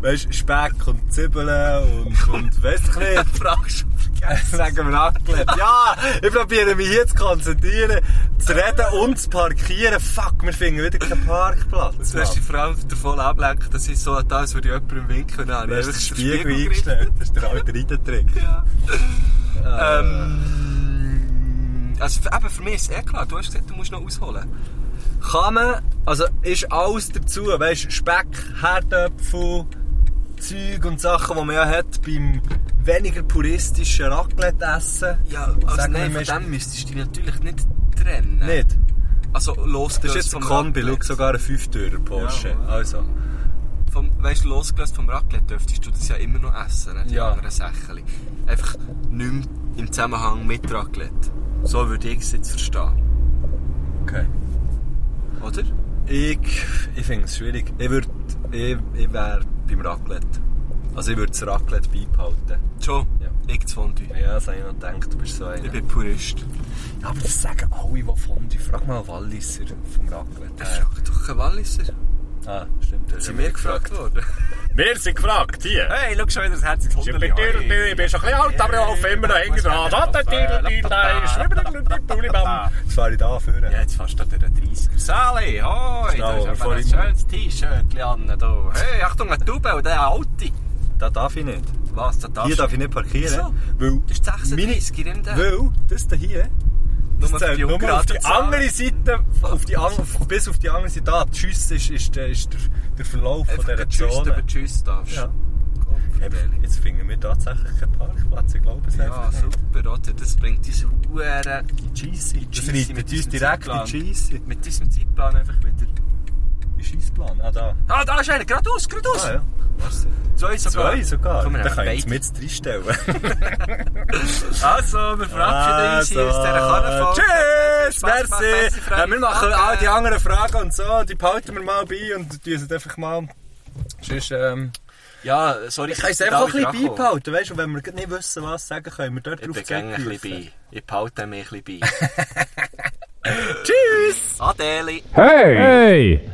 Weißt du, Speck und Zwiebeln und, und weiss ich nicht. Fragst Sagen wir Raclette. Ja, ich probiere mich hier zu konzentrieren, zu reden und zu parkieren. Fuck, wir finden wieder keinen Parkplatz. du, hast dich Mann. vor allem davon ablenkt, dass ich so an das, würde jemandem winken und dann habe Du ich hast einfach den den Spiegel gerichtet. eingestellt. Das ist der alte Reidentrick. Ja. Äh, Ähm, also f- eben für mich ist es eh klar, du hast gesagt, du musst noch ausholen. Kann man, also ist alles dazu, weißt du, Speck, Herdöpfel, Zeug und Sachen, die man ja hat beim weniger puristischen Raclette-Essen. Ja, also Sagen wir, nein, man von ist- dem müsstest du dich natürlich nicht trennen. Nicht? Also Das losgelöst ist jetzt ein vom Kombi, schau, Raclette. sogar ein 5-Türer Porsche. Ja, wow. also. Vom, weißt du, losgelöst vom Raclette dürftest du das ja immer noch essen, ne, die Ja. anderen Sachen. Einfach nicht mehr im Zusammenhang mit Raclette. So würde ich es jetzt verstehen. Okay. Oder? Ich, ich finde es schwierig. Ich, würd, ich, ich wäre beim Raclette. Also ich würde das Raclette beibehalten. Schon? Ja. Ich zu Fondue. Ja, nou das habe ich noch gedacht, du bist so einer. Ich bin Purist. Ja, aber das sagen alle, die Fondue. Frag mal einen Walliser vom Raclette. Ich frage doch keinen Walliser. Ah, stimmt. das Sind haben wir nicht gefragt worden? Wir sind gefragt, hier. Hey, schau schon wieder das Herz Ich bin ein bisschen alt, aber ich laufe immer noch hinten dran. Da, da, da, da, da, schwimmen die Leute mit Tulibam. Jetzt fahre ich da vorne. jetzt fast an der 30. Sally, hoi! Da Genau, ist aber ein vorhin- schönes T-Shirt an. da. Hey, Achtung, ein Taube, der alte. Da darf ich nicht. Was, da darfst Hier du- darf ich nicht parkieren. Weil Das ist 36, meine, nimm den. Weil das da hier, das Nur zählt die nur auf ungerade die Zahl. andere Seite, auf die an, auf, bis auf die andere Seite. Ah, die Schüsse ist, ist, der- ist der, der Verlauf Einfach von dieser den Tschüss Zone. über Tschüss darfst. Ja. Gott, Eben, jetzt finden wir tatsächlich keinen Parkplatz, ich glaube es Ja, einfach nicht. super, oder? Das bringt uns Huren. Die Cheesy. Das Cheesy reitet mit uns diesem direkt in Zeitplan. die Cheesy. Mit diesem Zeitplan einfach wieder. In Scheissplan. Ah, da. Ah, da ist einer, geradeaus, geradeaus! Ah, ja. Zwei sogar. Zwei sogar. Komm, wir da nehmen kann ich beide. jetzt mit reinstellen. Also, wir verabschieden Ah, uns hier aus dieser Karneval. Tschüss, Spass gemacht, merci. Freude. Äh, wir machen Danke. all die anderen Fragen und so, die behalten wir mal bei und die sind einfach mal. Sonst, ähm, Ja, sorry, ich kann es bin einfach ein David bisschen Racho. beibehalten, weißt du, und wenn wir gerade nicht wissen, was sagen, können wir dort Ich drauf bin gerne ein bisschen zurückgreifen. bei. Ich behalte mich ein bisschen bei. Tschüss! Adeli! Hey!